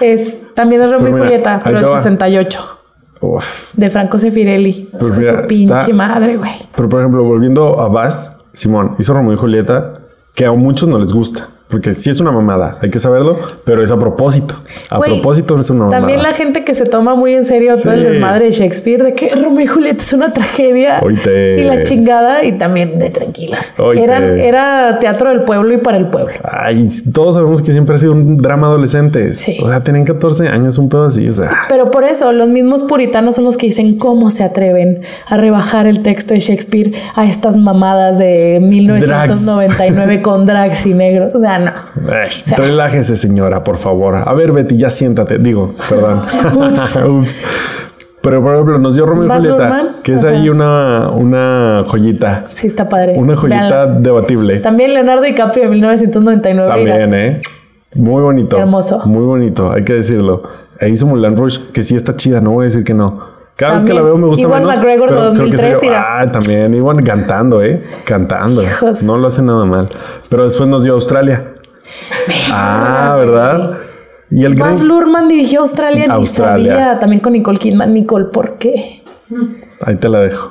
B: Es, también es
A: Pero
B: Romeo y
A: Pues mira,
B: Julieta,
A: ahí
B: pero
A: te
B: el
A: va.
B: 68,
A: Uf.
B: de Franco Sefirelli.
A: Pero
B: Hijo de
A: Pues mira,
B: su pinche
A: está-
B: madre, güey.
A: Pero por ejemplo, volviendo a Bass, Simón hizo Romeo y Julieta, que a muchos no les gusta, porque sí es una mamada, hay que saberlo, pero es a propósito. A
B: Güey,
A: propósito es una mamada.
B: También la gente que se toma muy en serio todo el
A: Sí.
B: desmadre de Shakespeare, de que Romeo y Julieta es una tragedia
A: Oíte.
B: y la chingada, y también de tranquilas.
A: Oíte.
B: Eran- era teatro del pueblo y para el pueblo.
A: Ay, todos sabemos que siempre ha sido un drama adolescente.
B: Sí.
A: O sea, tienen 14 años, un pedo así, o sea.
B: Pero por eso los mismos puritanos son los que dicen cómo se atreven a rebajar el texto de Shakespeare a estas mamadas de 1999 con drags y negros. O sea, no.
A: Ay,
B: sea-
A: Eh, relájese, señora, por favor. A ver, Betty, ya siéntate. Digo, perdón. Ups. Pero, por ejemplo, nos dio Romeo y
B: Baz
A: Julieta,
B: Luhrmann,
A: que es
B: ajá.
A: ahí una, una joyita.
B: Sí, está padre.
A: Una joyita
B: Véanlo.
A: debatible.
B: También Leonardo DiCaprio de 1999.
A: También, ¿eh? Muy bonito.
B: Hermoso.
A: Muy bonito, hay que decirlo. E hizo Mulan Rush, que sí está chida, no voy a decir que no. Cada vez que la
B: También.
A: veo me gusta
B: Igual
A: menos.
B: McGregor
A: pero creo que
B: 2003
A: sí le-
B: era.
A: Ah, también. Igual cantando, ¿eh? Cantando.
B: Hijos.
A: No lo hace nada mal. Pero después nos dio Australia. Ah, ¿verdad? Y el gran...
B: Baz Luhrmann dirigió Australia, ni
A: Australia.
B: sabía. También con Nicole Kidman. Nicole, ¿por qué?
A: Ahí te la dejo.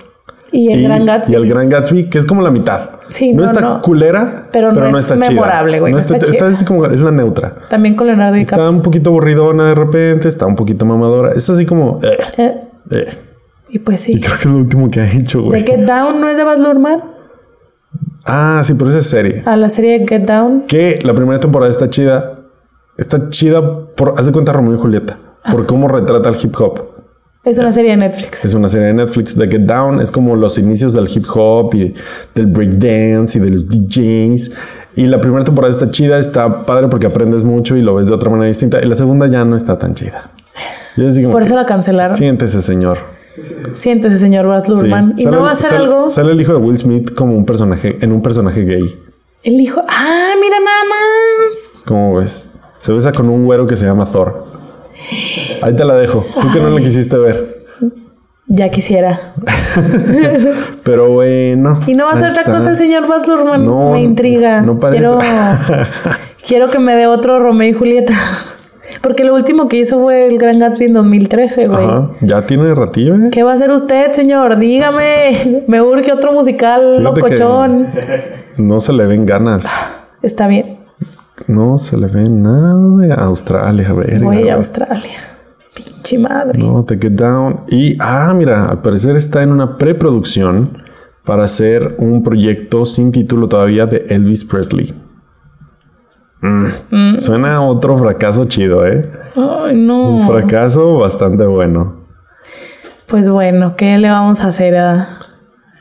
B: Y el
A: y,
B: Gran Gatsby.
A: y el Gran Gatsby, que es como la mitad.
B: Sí,
A: no,
B: no,
A: está
B: no.
A: culera, pero,
B: Pero no
A: no
B: es
A: está chida.
B: memorable, güey, no
A: está,
B: está chida.
A: así como es la neutra.
B: También con Leonardo DiCaprio.
A: Está un poquito aburridona de repente, está un poquito mamadora. Es así como. eh,
B: Eh,
A: eh.
B: y pues
A: Y
B: sí.
A: creo que es lo último que ha hecho,
B: De
A: güey.
B: Get Down no es de Baz Luhrmann.
A: Ah, sí, pero esa es serie.
B: A la serie Get Down.
A: Que la primera temporada está chida. Está chida por. Haz de cuenta Romeo y Julieta. Por cómo retrata el hip hop.
B: Es una serie de Netflix.
A: Es una serie de Netflix de Get Down. Es como los inicios del hip hop y del breakdance y de los DJs. Y la primera temporada está chida, está padre porque aprendes mucho y lo ves de otra manera distinta. Y la segunda ya no está tan chida. Yo les digo,
B: Por
A: que,
B: eso la cancelaron.
A: siéntese, señor.
B: Siéntese, señor Baz
A: Sí.
B: Luhrmann. y
A: Sale-
B: no va a hacer
A: sale-
B: algo.
A: Sale el hijo de Will Smith como un personaje, en un personaje gay.
B: El hijo. ¡Ah, mira nada más!
A: ¿Cómo ves? Se besa con un güero que se llama Thor. Ahí te la dejo. Tú que no la quisiste ver.
B: Ya quisiera.
A: Pero bueno.
B: Y no va a
A: ahí
B: hacer otra
A: está.
B: cosa el señor Baz Luhrmann.
A: No,
B: me intriga.
A: no parece.
B: Quiero, quiero que me dé otro Romeo y Julieta. Porque lo último que hizo fue el Gran Gatsby en 2013, güey.
A: Ajá. Ya tiene ratillo, ¿eh?
B: ¿Qué va a hacer usted, señor? Dígame. Me urge otro musical
A: Fíjate que-
B: locochón.
A: No se le ven ganas.
B: Está bien.
A: No se le ve nada de Australia, verga,
B: Voy
A: güey.
B: a Australia. Pinche madre.
A: No, te get down. Y, ah, mira, al parecer está en una preproducción para hacer un proyecto sin título todavía de Elvis Presley. Mm. Suena a otro fracaso chido, ¿eh?
B: Ay, no.
A: Un fracaso bastante bueno.
B: Pues bueno, ¿qué le vamos a hacer a.?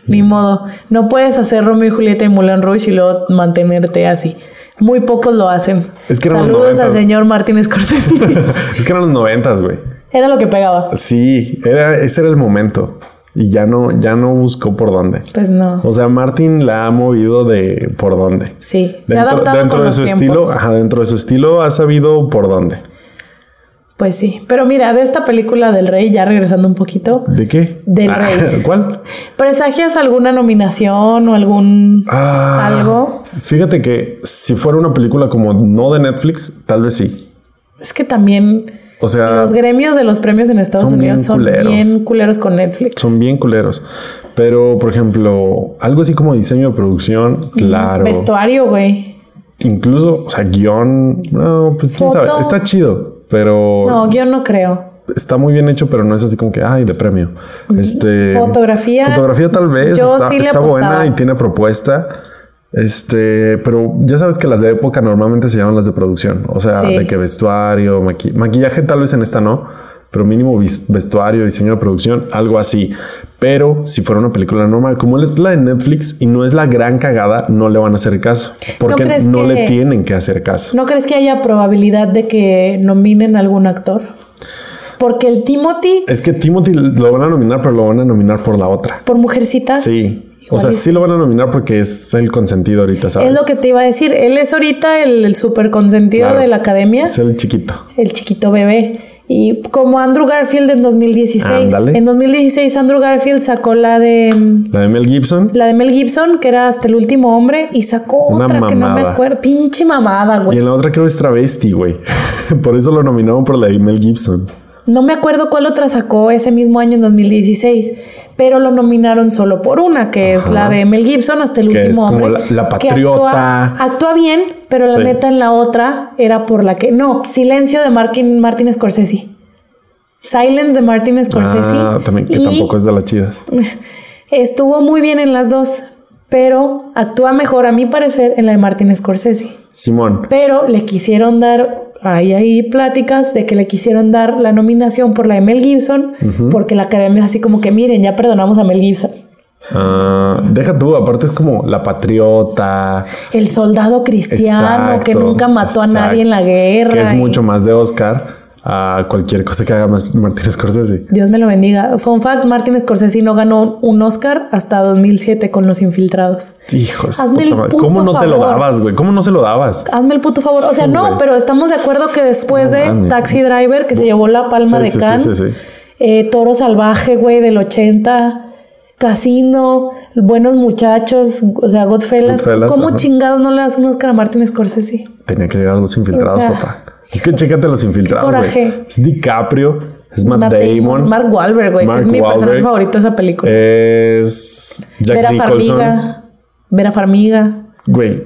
B: Ni modo. No puedes hacer Romeo y Julieta y Moulin Rouge y luego mantenerte así. Muy pocos lo hacen.
A: Es que eran los
B: Saludos
A: 90.
B: al señor Martín Scorsese.
A: es que eran los noventas, güey.
B: Era lo que pegaba.
A: Sí, era, ese era el momento. Y ya no, ya no buscó por dónde.
B: Pues no.
A: O sea, Martin la ha movido de por dónde.
B: Sí, se ha
A: Dentro,
B: adaptado
A: dentro
B: con
A: de
B: los
A: su
B: tiempos.
A: estilo, ajá, dentro de su estilo ha sabido por dónde.
B: Pues sí. Pero mira, de esta película del rey, ya regresando un poquito,
A: ¿De qué?
B: Del
A: Ah,
B: rey.
A: ¿Cuál?
B: ¿presagias alguna nominación o algún.
A: Ah,
B: algo?
A: Fíjate que si fuera una película como no de Netflix, tal vez sí.
B: Es que también.
A: O sea,
B: Los gremios de los premios en Estados
A: Ah. son bien
B: Unidos son
A: culeros.
B: bien culeros con Netflix.
A: son bien culeros. Pero, por ejemplo, algo así como diseño de producción, claro.
B: Vestuario, güey.
A: Incluso, o sea, guión, no, pues quién
B: Foto.
A: sabe. Está chido, pero
B: No, yo no creo.
A: está muy bien hecho, pero no es así como que, ay, de premio. Este,
B: Fotografía.
A: Fotografía tal vez.
B: Yo
A: está
B: sí le
A: está buena
B: apostaba.
A: y tiene propuesta. Este, pero ya sabes que las de época normalmente se llaman las de producción. O sea,
B: Sí.
A: de que vestuario, maqui- maquillaje tal vez en esta no, pero mínimo vis- vestuario, diseño de producción, algo así. Pero si fuera una película normal, como es la de Netflix y no es la gran cagada, no le van a hacer caso. Porque no,
B: crees que-
A: le tienen que hacer caso.
B: ¿No crees que haya probabilidad de que nominen a algún actor? Porque el Timothy,
A: Es que Timothy lo van a nominar, pero lo van a nominar por la otra.
B: por mujercitas,
A: Sí. O
B: Igual
A: sea,
B: y-
A: sí lo van a nominar porque es el consentido ahorita, ¿sabes?
B: es lo que te iba a decir. Él es ahorita el, el super consentido
A: Claro.
B: de la academia,
A: Es el chiquito.
B: el chiquito bebé. Y como Andrew Garfield en 2016.
A: Ándale.
B: En 2016 Andrew Garfield sacó la de mm,
A: La de Mel Gibson.
B: la de Mel Gibson, que era hasta el último hombre, y sacó
A: Una
B: otra que no me
A: mamada.
B: acuerdo. Pinche mamada,
A: Y
B: güey.
A: en la otra creo es travesti, güey. por eso lo nominaron por la de Mel Gibson.
B: No me acuerdo cuál otra sacó ese mismo año en 2016, pero lo nominaron solo por una, que es
A: Ajá.
B: la de Mel Gibson hasta el
A: Que
B: último
A: es como
B: hombre,
A: la- la
B: que
A: patriota.
B: Actúa, actúa bien, pero
A: Sí.
B: la neta en la otra era por la que no, Silencio de Martin, Martin Scorsese. Silence de Martin Scorsese.
A: Ah, también, que
B: Y
A: tampoco es de las chidas.
B: estuvo muy bien en las dos, pero actúa mejor a mi parecer en la de Martin Scorsese
A: Simón.
B: pero le quisieron dar, hay ahí pláticas de que le quisieron dar la nominación por la de Mel Gibson, porque la academia es así como que miren, ya perdonamos a Mel Gibson.
A: Ah, deja tú, aparte es como la patriota.
B: El soldado cristiano que
A: Exacto,
B: nunca mató a nadie en la
A: exacto.
B: guerra.
A: Que es
B: y-
A: mucho más de Oscar a cualquier cosa que haga más Martin Scorsese.
B: Dios me lo bendiga. Fun fact, Martin Scorsese no ganó un Oscar hasta 2007 con Los Infiltrados.
A: Hijos.
B: Hazme el puto
A: ¿Cómo no te lo
B: favor.
A: dabas, güey? ¿Cómo no se lo dabas?
B: Hazme el puto favor. O sea, no,
A: Güey.
B: pero estamos de acuerdo que después
A: No
B: de
A: mames.
B: Taxi Driver, que se llevó la palma
A: Sí,
B: de
A: sí, sí,
B: Cannes,
A: sí, sí.
B: eh, Toro Salvaje, güey, del 80, Casino, Buenos Muchachos, o sea, Godfellas.
A: Goodfellas,
B: ¿Cómo
A: ajá.
B: chingados no le das un Oscar a Martin Scorsese?
A: Tenía que llegar a los infiltrados,
B: O sea,
A: papá. Es que chécate los infiltrados. güey.
B: coraje.
A: Es DiCaprio, es Matt, Damon,
B: Mark Wahlberg, güey, que
A: Mark
B: es mi personaje
A: Wahlberg.
B: favorito de esa película.
A: es Jack
B: Vera
A: Nicholson.
B: Farmiga, Vera Farmiga. Eh,
A: Güey,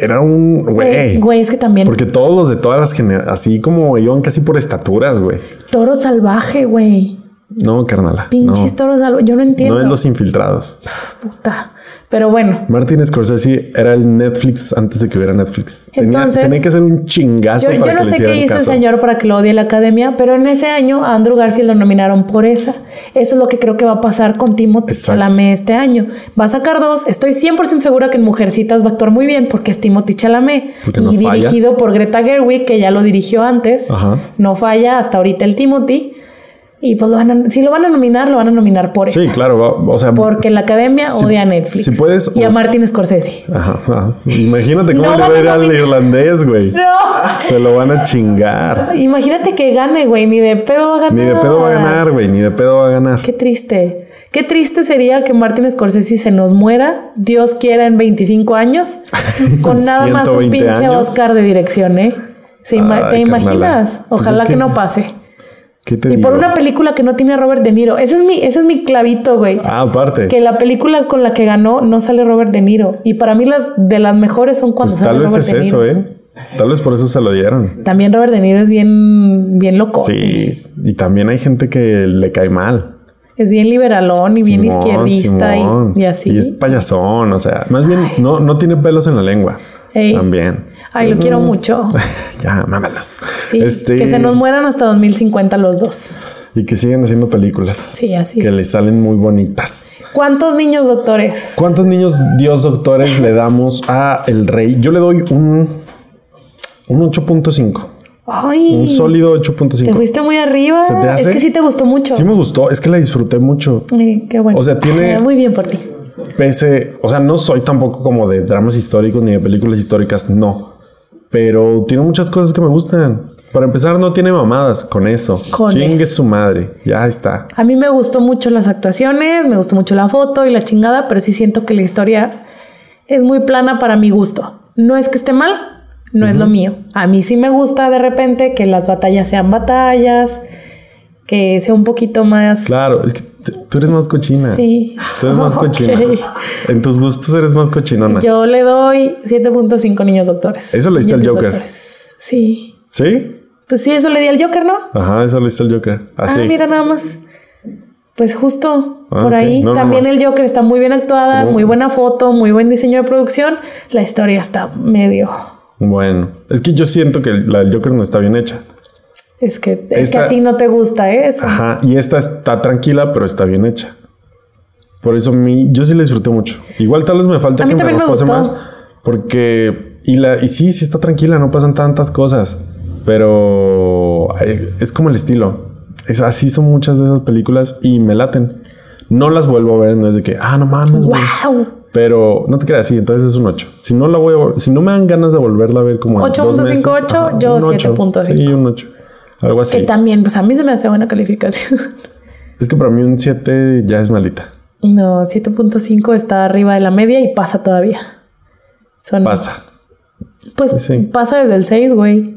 A: era un güey.
B: Güey, es que también
A: Porque todos los de todas las generaciones, así como iban casi por estaturas, güey.
B: Toro Salvaje, güey.
A: No, carnala.
B: Pinches Toro Salvaje, yo no
A: No,
B: entiendo.
A: no es los infiltrados.
B: Puta. Pero bueno,
A: Martin Scorsese era el Netflix antes de que hubiera Netflix. Tenía,
B: Entonces,
A: tenía que ser un chingazo
B: Yo, yo
A: para que
B: no
A: le
B: sé
A: hicieran
B: qué hizo el
A: caso.
B: señor para que lo odie la academia, pero en ese año a Andrew Garfield lo nominaron por esa. Eso es lo que creo que va a pasar con Timothy
A: Exacto.
B: Chalamet este año. Va a sacar dos. Estoy 100% segura que en Mujercitas va a actuar muy bien porque es Timothy Chalamet
A: Porque
B: y
A: no falla.
B: dirigido por Greta Gerwig, que ya lo dirigió antes.
A: Ajá.
B: No falla hasta ahorita el Timothy. Y pues lo van a- si lo van a nominar, lo van a nominar por
A: Sí,
B: esa.
A: claro. va- O sea,
B: Porque la academia
A: Si-
B: odia a Netflix.
A: si puedes-
B: y a Martin Scorsese.
A: ajá, ajá. imagínate cómo
B: No
A: le va a ir
B: van a
A: al irlandés, güey.
B: No.
A: Se lo van a chingar.
B: Imagínate que gane, güey. Ni de pedo va a ganar.
A: Ni de pedo va a ganar, güey. Ni de pedo va a ganar.
B: Qué triste. Qué triste sería que Martin Scorsese se nos muera, Dios quiera, en 25 años, con nada más un
A: 120
B: pinche
A: años.
B: Oscar de dirección, ¿eh? Se ima- ¿Te
A: Ay, carnala.
B: imaginas?
A: Pues
B: Ojalá
A: es
B: que...
A: que-
B: no pase.
A: ¿Qué te
B: Y
A: digo?
B: por una película que no tiene a Robert De Niro. Ese es mi, ese es mi clavito, güey.
A: Ah, aparte.
B: Que la película con la que ganó no sale Robert De Niro. Y para mí las de las mejores son cuando
A: Pues
B: sale
A: tal vez
B: Robert
A: es
B: De Niro.
A: eso, ¿eh? Tal vez por eso se lo dieron.
B: También Robert De Niro es bien, bien loco.
A: Sí. Y también hay gente que le cae mal.
B: Es bien liberalón y bien
A: Simón,
B: izquierdista y-
A: Simón.
B: y, así.
A: Y es payasón, o sea, más bien no, no tiene pelos en la lengua.
B: Ey.
A: También.
B: Ay, lo quiero mucho.
A: ya, mámalos.
B: Sí,
A: Este,
B: que se nos mueran hasta 2050 los dos.
A: Y que siguen haciendo películas.
B: Sí, así
A: Que
B: es.
A: le salen muy bonitas.
B: ¿Cuántos niños doctores?
A: ¿Cuántos niños Dios doctores le damos a El Rey? Yo le doy un, un 8.5.
B: Ay,
A: Un sólido
B: te
A: 8.5.
B: fuiste muy arriba.
A: ¿Se te hace?
B: Es que sí te gustó mucho.
A: Sí me gustó, es que la disfruté mucho.
B: Eh, qué bueno.
A: O sea, tiene-
B: Ah, Muy bien por ti.
A: Pese, o sea, no soy tampoco como de dramas históricos ni de películas históricas, no. Pero tiene muchas cosas que me gustan. Para empezar, no tiene mamadas con eso.
B: Con
A: Chingue su madre. Ya está.
B: A mí me gustó mucho las actuaciones, me gustó mucho la foto y la chingada, pero sí siento que la historia es muy plana para mi gusto. No es que esté mal, no es lo mío. A mí sí me gusta de repente que las batallas sean batallas, que sea un poquito más...
A: Claro, es que t- tú eres más cochina.
B: Sí.
A: Tú eres más cochina.
B: Ok.
A: En tus gustos eres más cochinona.
B: Yo le doy 7.5 niños doctores.
A: Eso le diste al
B: Niños
A: Joker.
B: doctores. Sí.
A: ¿Sí?
B: Pues sí, eso le di al Joker, ¿no?
A: Ajá, eso lo hizo el Joker. Así.
B: Ah, mira nada más. Pues justo
A: Ah,
B: por
A: ok.
B: ahí.
A: No, no
B: También
A: más.
B: el Joker está muy bien actuada,
A: Oh.
B: muy buena foto, muy buen diseño de producción. La historia está medio.
A: Bueno, es que yo siento que la del Joker no está bien hecha.
B: Es que, es que
A: Esta-
B: a ti no te gusta, ¿eh? Eso.
A: Ajá, y esta está tranquila, pero está bien hecha. Por eso mi, yo sí la disfruté mucho. Igual tal vez me falta
B: A mí
A: que
B: también me
A: repose
B: gustó.
A: más. Porque, y, la, y sí, sí está tranquila, no pasan tantas cosas. Pero ay, es como el estilo. Es, así son muchas de esas películas y me laten. No las vuelvo a ver, no es de que, ah, no mames, güey.
B: ¡Wow!
A: Pero no te creas, sí, entonces es un 8. Si no la voy a vol- si no me dan ganas de volverla a ver como en dos meses,
B: 8.58,
A: ajá,
B: yo
A: un ocho.
B: 7.5.
A: Sí, un 8. Algo
B: Que
A: así.
B: también, pues a mí se me hace buena calificación.
A: Es que para mí un 7 ya es malita.
B: No, 7.5 está arriba de la media y pasa todavía. Son,
A: Pasa.
B: Pues
A: sí.
B: pasa desde el 6, güey.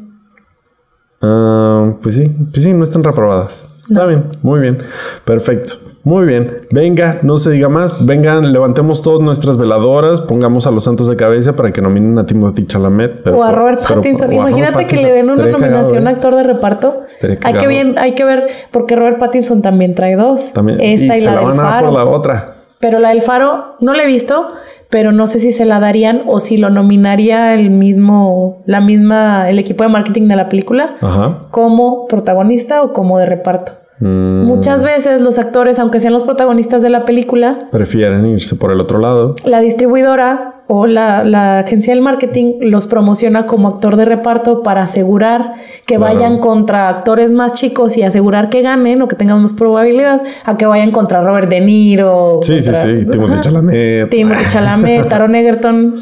A: Ah, pues sí, pues sí, no están reprobadas. Está bien, muy bien. Perfecto. Muy bien. Venga, no se diga más. Vengan, levantemos todas nuestras veladoras, pongamos a los santos de cabeza para que nominen a Timothy Chalamet. pero
B: O a
A: por-
B: Robert
A: pero-
B: Pattinson.
A: o a Robert
B: Imagínate que le den
A: Pattinson.
B: una
A: Estaría cagado,
B: nominación a
A: ¿eh?
B: actor de reparto.
A: Estaría
B: Hay que,
A: cagado.
B: bien, hay que ver, porque Robert Pattinson también trae dos.
A: También.
B: Esta
A: y
B: y,
A: se
B: la
A: la
B: del
A: van a dar
B: Faro.
A: por la otra.
B: Pero la del Faro no la he visto, pero no sé si se la darían o si lo nominaría el mismo, la misma, el equipo de marketing de la película
A: Ajá.
B: como protagonista o como de reparto.
A: Mm,
B: Muchas veces los actores, aunque sean los protagonistas de la película,
A: prefieren irse por el otro lado.
B: la distribuidora o la, la agencia del marketing los promociona como actor de reparto para asegurar que
A: Claro.
B: vayan contra actores más chicos y asegurar que ganen o que tengan más probabilidad a que vayan contra Robert De Niro.
A: Sí, sí,
B: contra-
A: sí. Timothy
B: Ajá.
A: Chalamet.
B: Timothy Chalamet, Taron Egerton.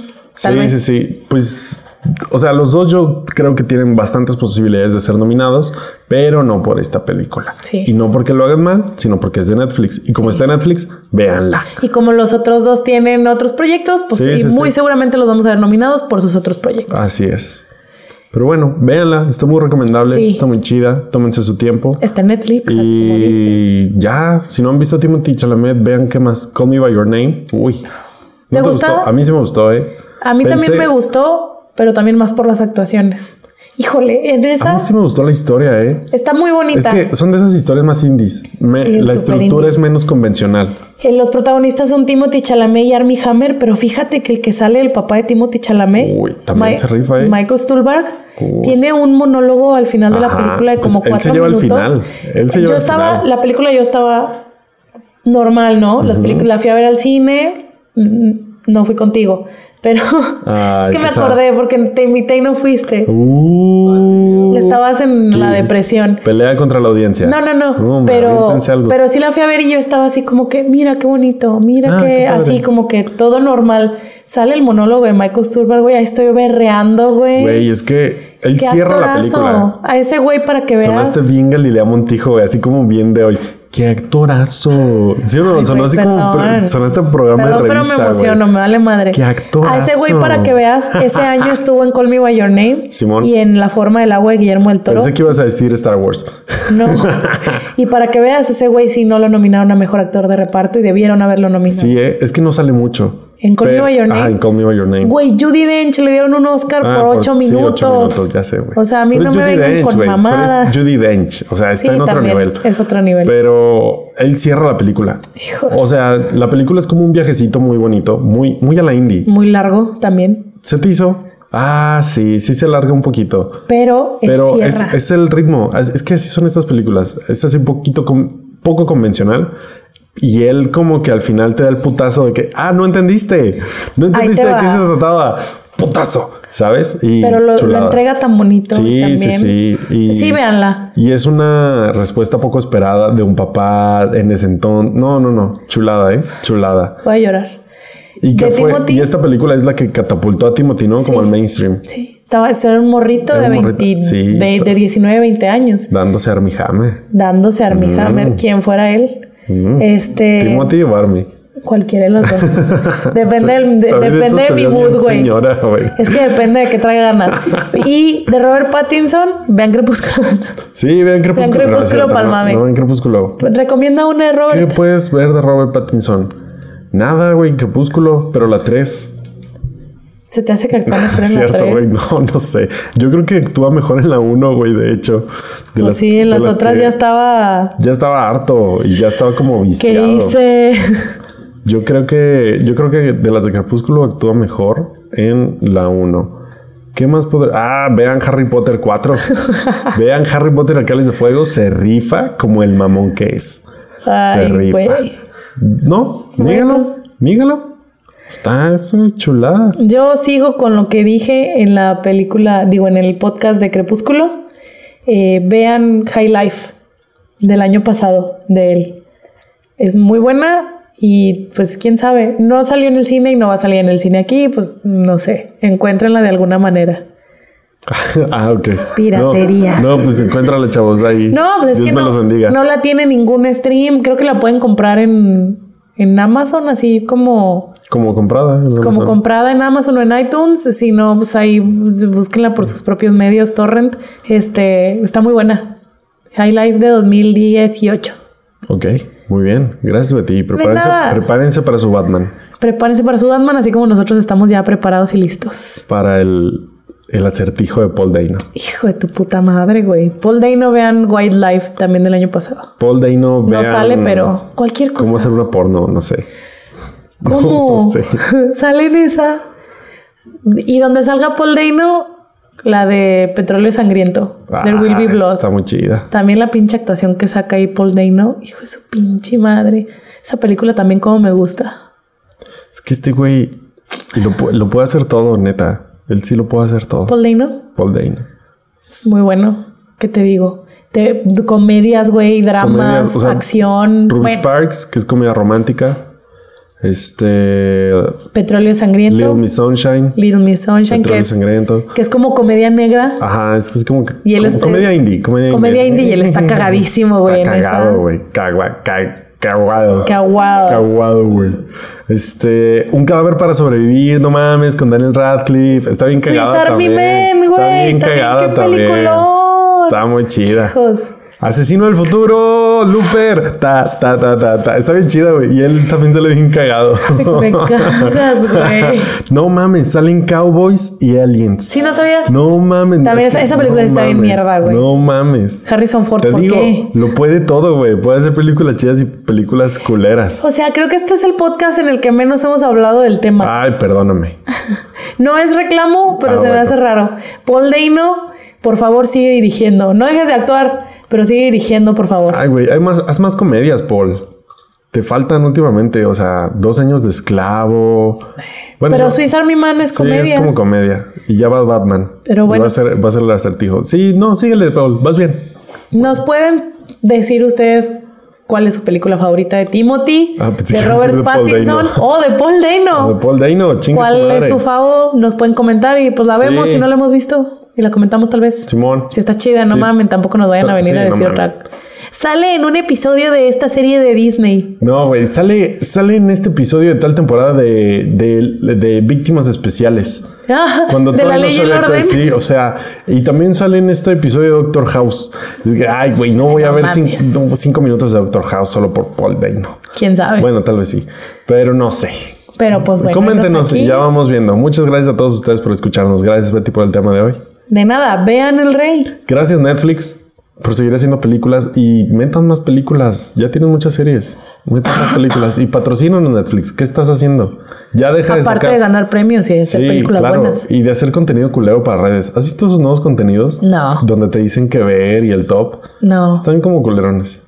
B: Tal
A: Sí,
B: vez.
A: sí, sí. Pues o sea, los dos yo creo que tienen bastantes posibilidades de ser nominados, pero no por esta película.
B: Sí.
A: Y no porque lo hagan mal, sino porque es de Netflix. Y como está en Netflix, véanla.
B: Y como los otros dos tienen otros proyectos, pues
A: Sí,
B: y
A: sí,
B: muy
A: sí.
B: seguramente los vamos a ver nominados por sus otros proyectos.
A: Así es. Pero bueno, véanla, está muy recomendable,
B: Sí.
A: está muy chida, tómense su tiempo.
B: Está en Netflix, así como dice.
A: Ah. Y ya, si no han visto Timothy Chalamet, vean qué más. Call Me By Your Name. Uy. ¿No
B: ¿Te gustó?
A: A mí sí me gustó, ¿eh?
B: A mí también
A: Pensé-
B: me gustó, pero también más por las actuaciones. Híjole, en
A: A
B: esa
A: mí Ah, sí me gustó la historia, ¿eh?
B: está muy
A: Es
B: bonita.
A: que son de esas historias más indies. Me-
B: Sí,
A: la
B: súper
A: estructura
B: indie.
A: es menos convencional.
B: Eh, Los protagonistas son Timothy Chalamet y Armie Hammer, pero fíjate que el que sale el papá de Timothy Chalamet,
A: Uy, también se rifa, ¿eh?
B: Michael Stuhlbarg,
A: Uy.
B: tiene un monólogo al final de la
A: Ajá,
B: película de como
A: pues él
B: cuatro
A: se lleva al
B: minutos.
A: final, él se lleva
B: yo
A: al
B: estaba,
A: final.
B: la película yo estaba normal, ¿no? Las películas, la fui a ver al cine, mm, no fui contigo, pero
A: Ay,
B: es que me
A: qué sad.
B: acordé porque te invité y no fuiste.
A: Uh,
B: Estabas en la
A: Sí.
B: depresión.
A: Pelea contra la audiencia.
B: No, no, no.
A: hombre,
B: pero,
A: aviéntense algo.
B: pero sí la fui a ver y yo estaba así como que, mira qué bonito, mira
A: Ah,
B: que
A: qué padre.
B: así como que todo normal. Sale el monólogo de Michael Stuhlbarg, güey. Ahí estoy berreando, güey.
A: Güey, es que él
B: Qué
A: cierra la
B: actorazo.
A: película.
B: A ese güey para que veas.
A: Sonaste bien Galilea Montijo, güey, así como bien de hoy. ¡Qué actorazo! Sí, o no,
B: Ay,
A: sonó
B: güey,
A: así como.
B: perdón.
A: pro- Sonaste a programa
B: Perdón,
A: de
B: pero
A: revista.
B: me emociono,
A: güey.
B: me vale madre.
A: Qué
B: A ese güey
A: actorazo.
B: para que veas, ese año estuvo en Call Me By Your Name.
A: Simón.
B: Y en La Forma del Agua de Guillermo del Toro.
A: Pensé que ibas a decir Star Wars.
B: No. y para que veas, ese güey sí no lo nominaron a Mejor Actor de Reparto y debieron haberlo nominado.
A: Sí, eh, es que no sale mucho.
B: En Call Me By Your Name.
A: Ah, en Call Me By Your Name.
B: Güey, Judy Dench le dieron un Oscar
A: Ah,
B: por ocho
A: sí,
B: minutos.
A: ocho minutos, ya sé, güey.
B: O sea, a mí
A: Pero
B: no
A: es
B: me
A: Judi
B: vengan
A: Dench,
B: con
A: güey, pero
B: mamadas.
A: Es Judy Dench, o sea, está
B: Sí,
A: en otro
B: también,
A: nivel.
B: es otro nivel.
A: Pero él cierra la película.
B: Hijos.
A: O sea, la película es como un viajecito muy bonito, muy, muy a la indie.
B: Muy largo también.
A: ¿Se te hizo? Ah, sí, sí se larga un poquito.
B: Pero, él
A: Pero es,
B: cierra.
A: es el ritmo. Es, es que así son estas películas. Es así un poquito con, poco convencional. Y él como que al final te da el putazo de que, ah, no entendiste. No entendiste de
B: va.
A: qué se trataba. Putazo, ¿sabes? Y
B: Pero lo, lo
A: chulada.
B: entrega tan bonito.
A: Sí, sí,
B: también.
A: sí. Y,
B: Sí, véanla.
A: Y es una respuesta poco esperada de un papá en ese entonces. No, no, no. Chulada, ¿eh? Chulada.
B: Voy a llorar.
A: Y, que
B: De
A: fue,
B: Timothy.
A: y esta película es la que catapultó a Timothy, ¿no? Como
B: Sí.
A: al mainstream.
B: Sí. Estaba, era un morrito
A: Era
B: de,
A: un
B: 20,
A: morrito. Sí,
B: ve-
A: está-
B: de 19, 20 años.
A: Dándose a Armie Hammer.
B: Dándose a Armie Hammer, quien fuera él. Este.
A: Mm. Timothy o Armie.
B: Cualquiera de los dos. Depende, del- de-
A: También
B: depende
A: eso
B: de mi
A: se ve
B: mood,
A: bien
B: güey.
A: Señora, güey.
B: Es que depende de qué traiga ganas. Y de Robert Pattinson, vean Crepúsculo.
A: Sí, vean Crepúsculo.
B: Crepúsculo
A: es cierto,
B: pa'l
A: no,
B: mame.
A: No, vean Crepúsculo.
B: Recomienda una de
A: ¿Qué
B: Robert.
A: puedes ver de Robert Pattinson? Nada, güey, Crepúsculo, pero la 3.
B: Se te hace que actúa mejor en la
A: Ah, Cierto,
B: tres.
A: güey, no, no sé. Yo creo que actúa mejor en la 1, güey, de hecho. De
B: Pues
A: las-
B: sí, en
A: de
B: las, otras
A: que
B: ya estaba.
A: Ya estaba harto y ya estaba como
B: ¿Qué
A: viciado.
B: hice?
A: Yo creo que yo creo que de las de Crepúsculo actúa mejor en la 1. ¿Qué más poder? Ah, vean Harry Potter 4. vean Harry Potter el cáliz de fuego se rifa como el mamón que es. se
B: Ay,
A: rifa.
B: güey.
A: No, dígalo, dígalo. Está es una chulada.
B: Yo sigo con lo que dije en la película, digo, en el podcast de Crepúsculo. Eh, vean High Life del año pasado de él. Es muy buena y pues quién sabe, no salió en el cine y no va a salir en el cine aquí, pues no sé, encuéntrenla de alguna manera.
A: ah, ok.
B: Piratería.
A: No, no, pues encuéntrala, chavos, ahí.
B: No, pues es
A: Dios
B: que
A: me
B: no,
A: los bendiga.
B: no la tiene ningún stream, creo que la pueden comprar en, en Amazon, así como,
A: Como comprada. en
B: como
A: Amazon.
B: comprada en Amazon o en iTunes, si no, pues ahí búsquenla por sus propios medios, torrent, este, está muy buena. High Life de 2018.
A: Ok, muy bien. Gracias, Betty. Prepárense,
B: nada.
A: prepárense para su Batman.
B: Prepárense para su Batman, así como nosotros estamos ya preparados y listos.
A: para el, el acertijo de Paul Dano.
B: Hijo de tu puta madre, güey. Paul Dano vean Wildlife también del año pasado.
A: Paul Dano
B: No
A: vean
B: sale, pero cualquier cosa.
A: cómo hacer una porno, no sé.
B: ¿Cómo?
A: No sé.
B: Sale en esa. Y donde salga Paul Dano, la de Petróleo Sangriento, del Will Be
A: Ah,
B: Blood.
A: Está muy chida.
B: También la pinche actuación que saca ahí Paul Dano. Hijo de su pinche madre. Esa película también como me gusta.
A: Es que este güey lo, pu- lo puede hacer todo, neta. Él sí lo puede hacer todo.
B: Paul Dano,
A: Paul Dano.
B: es muy bueno. ¿Qué te digo? Te- comedias, güey, dramas,
A: Comedias, o sea,
B: acción.
A: Ruby
B: Bueno,
A: Sparks, que es comedia romántica. Este.
B: Petróleo Sangriento.
A: Little Miss Sunshine.
B: Little Miss Sunshine, que
A: Petróleo
B: es,
A: Sangriento. Ah,
B: que es como comedia negra.
A: Ajá, es, es como que.
B: Y él
A: como-
B: es-
A: comedia indie. Comedia,
B: comedia indie y él está cagadísimo, güey. en
A: Está cagado,
B: esa.
A: güey. Cagua- ca- Caguado.
B: Caguado.
A: Caguado, güey. Este, un cadáver para sobrevivir, no mames, con Daniel Radcliffe. Está bien
B: Swiss
A: cagada.
B: Army
A: también.
B: Man,
A: Está
B: güey.
A: bien
B: También,
A: cagada
B: qué
A: también.
B: peliculón.
A: Está muy chida.
B: Hijos.
A: Asesino del futuro, Looper. Ta, ta, ta, ta, ta. Está bien chida, güey. Y él también sale bien cagado.
B: Me cagas, güey.
A: No mames, salen cowboys y aliens.
B: Si no sabías,
A: No mames.
B: También esa-
A: que
B: esa película está bien mierda, güey.
A: No mames.
B: Harrison Ford,
A: Te
B: ¿por
A: digo,
B: qué?
A: lo puede todo, güey. Puede hacer películas chidas y películas culeras.
B: O sea, creo que este es el podcast en el que menos hemos hablado del tema.
A: Ay, perdóname.
B: No es reclamo, pero
A: Ah,
B: se me
A: bueno.
B: hace raro. Paul Dano, por favor, sigue dirigiendo. No dejes de actuar, pero sigue dirigiendo, por favor.
A: Ay, güey, hay más, haz más comedias, Paul. Te faltan últimamente, o sea, dos años de esclavo. Bueno,
B: pero Swiss Army Man es comedia.
A: Sí, es como comedia. Y ya va Batman.
B: Pero
A: Y
B: bueno.
A: Va a, ser, va a ser el acertijo. Sí, no, síguele, Paul. Vas bien.
B: ¿Nos pueden decir ustedes cuál es su película favorita de Timothy,
A: Ah, pensé
B: de
A: que iba a
B: Robert
A: decir de Paul
B: Pattinson
A: Dano.
B: o de Paul Dano?
A: De Paul Dano, chingue
B: ¿Cuál
A: madre.
B: es su favo? Nos pueden comentar y pues la
A: Sí.
B: vemos si no la hemos visto y la comentamos tal vez.
A: Simón.
B: Si está chida, no
A: Sí.
B: mamen, tampoco nos vayan a
A: Ta-
B: venir
A: sí,
B: a
A: no
B: decir
A: mamen.
B: otra. Sale en un episodio de esta serie de Disney.
A: No, güey, sale, sale en este episodio de tal temporada de, de, de víctimas especiales.
B: Ah,
A: Cuando
B: de la
A: todavía no
B: ley y el
A: sabía todo,
B: orden.
A: sí, o sea, y también sale en este episodio de Doctor House. Ay, güey, no voy a
B: no
A: ver cin-
B: mames.
A: no, cinco, minutos de Doctor House solo por Paul Dano.
B: Quién sabe.
A: Bueno, tal vez sí, pero no sé.
B: Pero pues bueno.
A: Coméntenos
B: venos
A: y
B: aquí.
A: ya vamos viendo. Muchas gracias a todos ustedes por escucharnos. Gracias, Betty, por el tema de hoy.
B: De nada, vean el rey.
A: Gracias, Netflix, por seguir haciendo películas y metan más películas. Ya tienen muchas series. Metan más películas y patrocinan a Netflix. ¿Qué estás haciendo? Ya deja de
B: Aparte
A: sacar.
B: de ganar premios y de hacer
A: Sí,
B: películas
A: claro,
B: buenas.
A: Y de hacer contenido culero para redes. ¿Has visto esos nuevos contenidos?
B: No.
A: Donde te dicen que ver y el top.
B: No.
A: Están como culerones.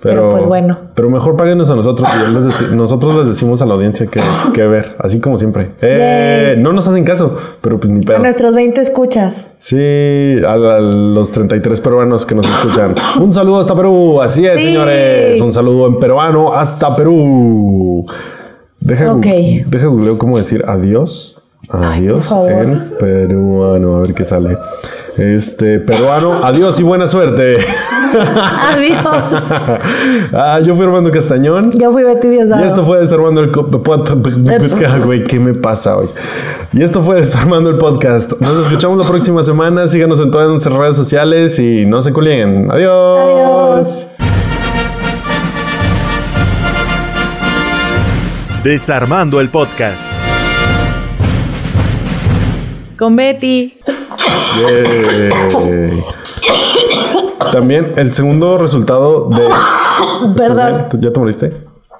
B: Pero, pues, bueno.
A: Pero mejor páguenos a nosotros y ya les deci- nosotros les decimos a la audiencia que, que ver, así como siempre. Eh, no nos hacen caso, pero pues ni
B: A
A: pedo.
B: nuestros 20 escuchas.
A: Sí, a, la- los 33 peruanos que nos escuchan. Un saludo hasta Perú. Así es,
B: Sí.
A: señores. Un saludo en peruano hasta Perú. Deja,
B: Ok.
A: gu- deja googleo cómo decir adiós. Adiós
B: por favor.
A: en peruano. A ver qué sale. Este peruano, adiós y buena suerte.
B: Adiós.
A: ah, yo fui Armando Castañón.
B: Yo fui Betty Diosdado.
A: Y esto fue Desarmando el Co- Podcast. Güey, ¿qué me pasa hoy? Y esto fue Desarmando el Podcast. Nos escuchamos la próxima semana. Síganos en todas nuestras redes sociales y no se culien.
B: Adiós.
C: Desarmando el podcast.
B: Con Betty.
A: Yay. También el segundo resultado de. ¿Estás
B: Perdón.
A: bien? ¿Tú- ¿Ya te moriste?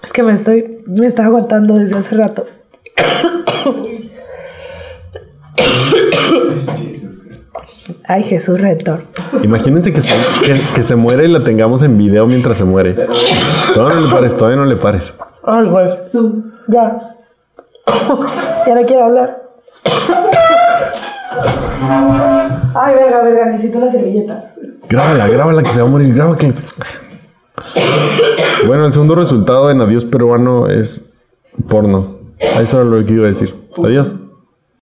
B: Es que me estoy, me está aguantando desde hace rato. Ay, Jesús Retor.
A: Imagínense que se, que, que se muere y la tengamos en video mientras se muere. Todavía no le pares, todavía no le pares.
B: Ay, güey. Ya. ya no quiero hablar. Ay, verga, verga, necesito una servilleta.
A: Grábala, grábala que se va a morir, grábala que... Bueno, el segundo resultado en Adiós Peruano es porno. Eso era lo que iba a decir. Adiós.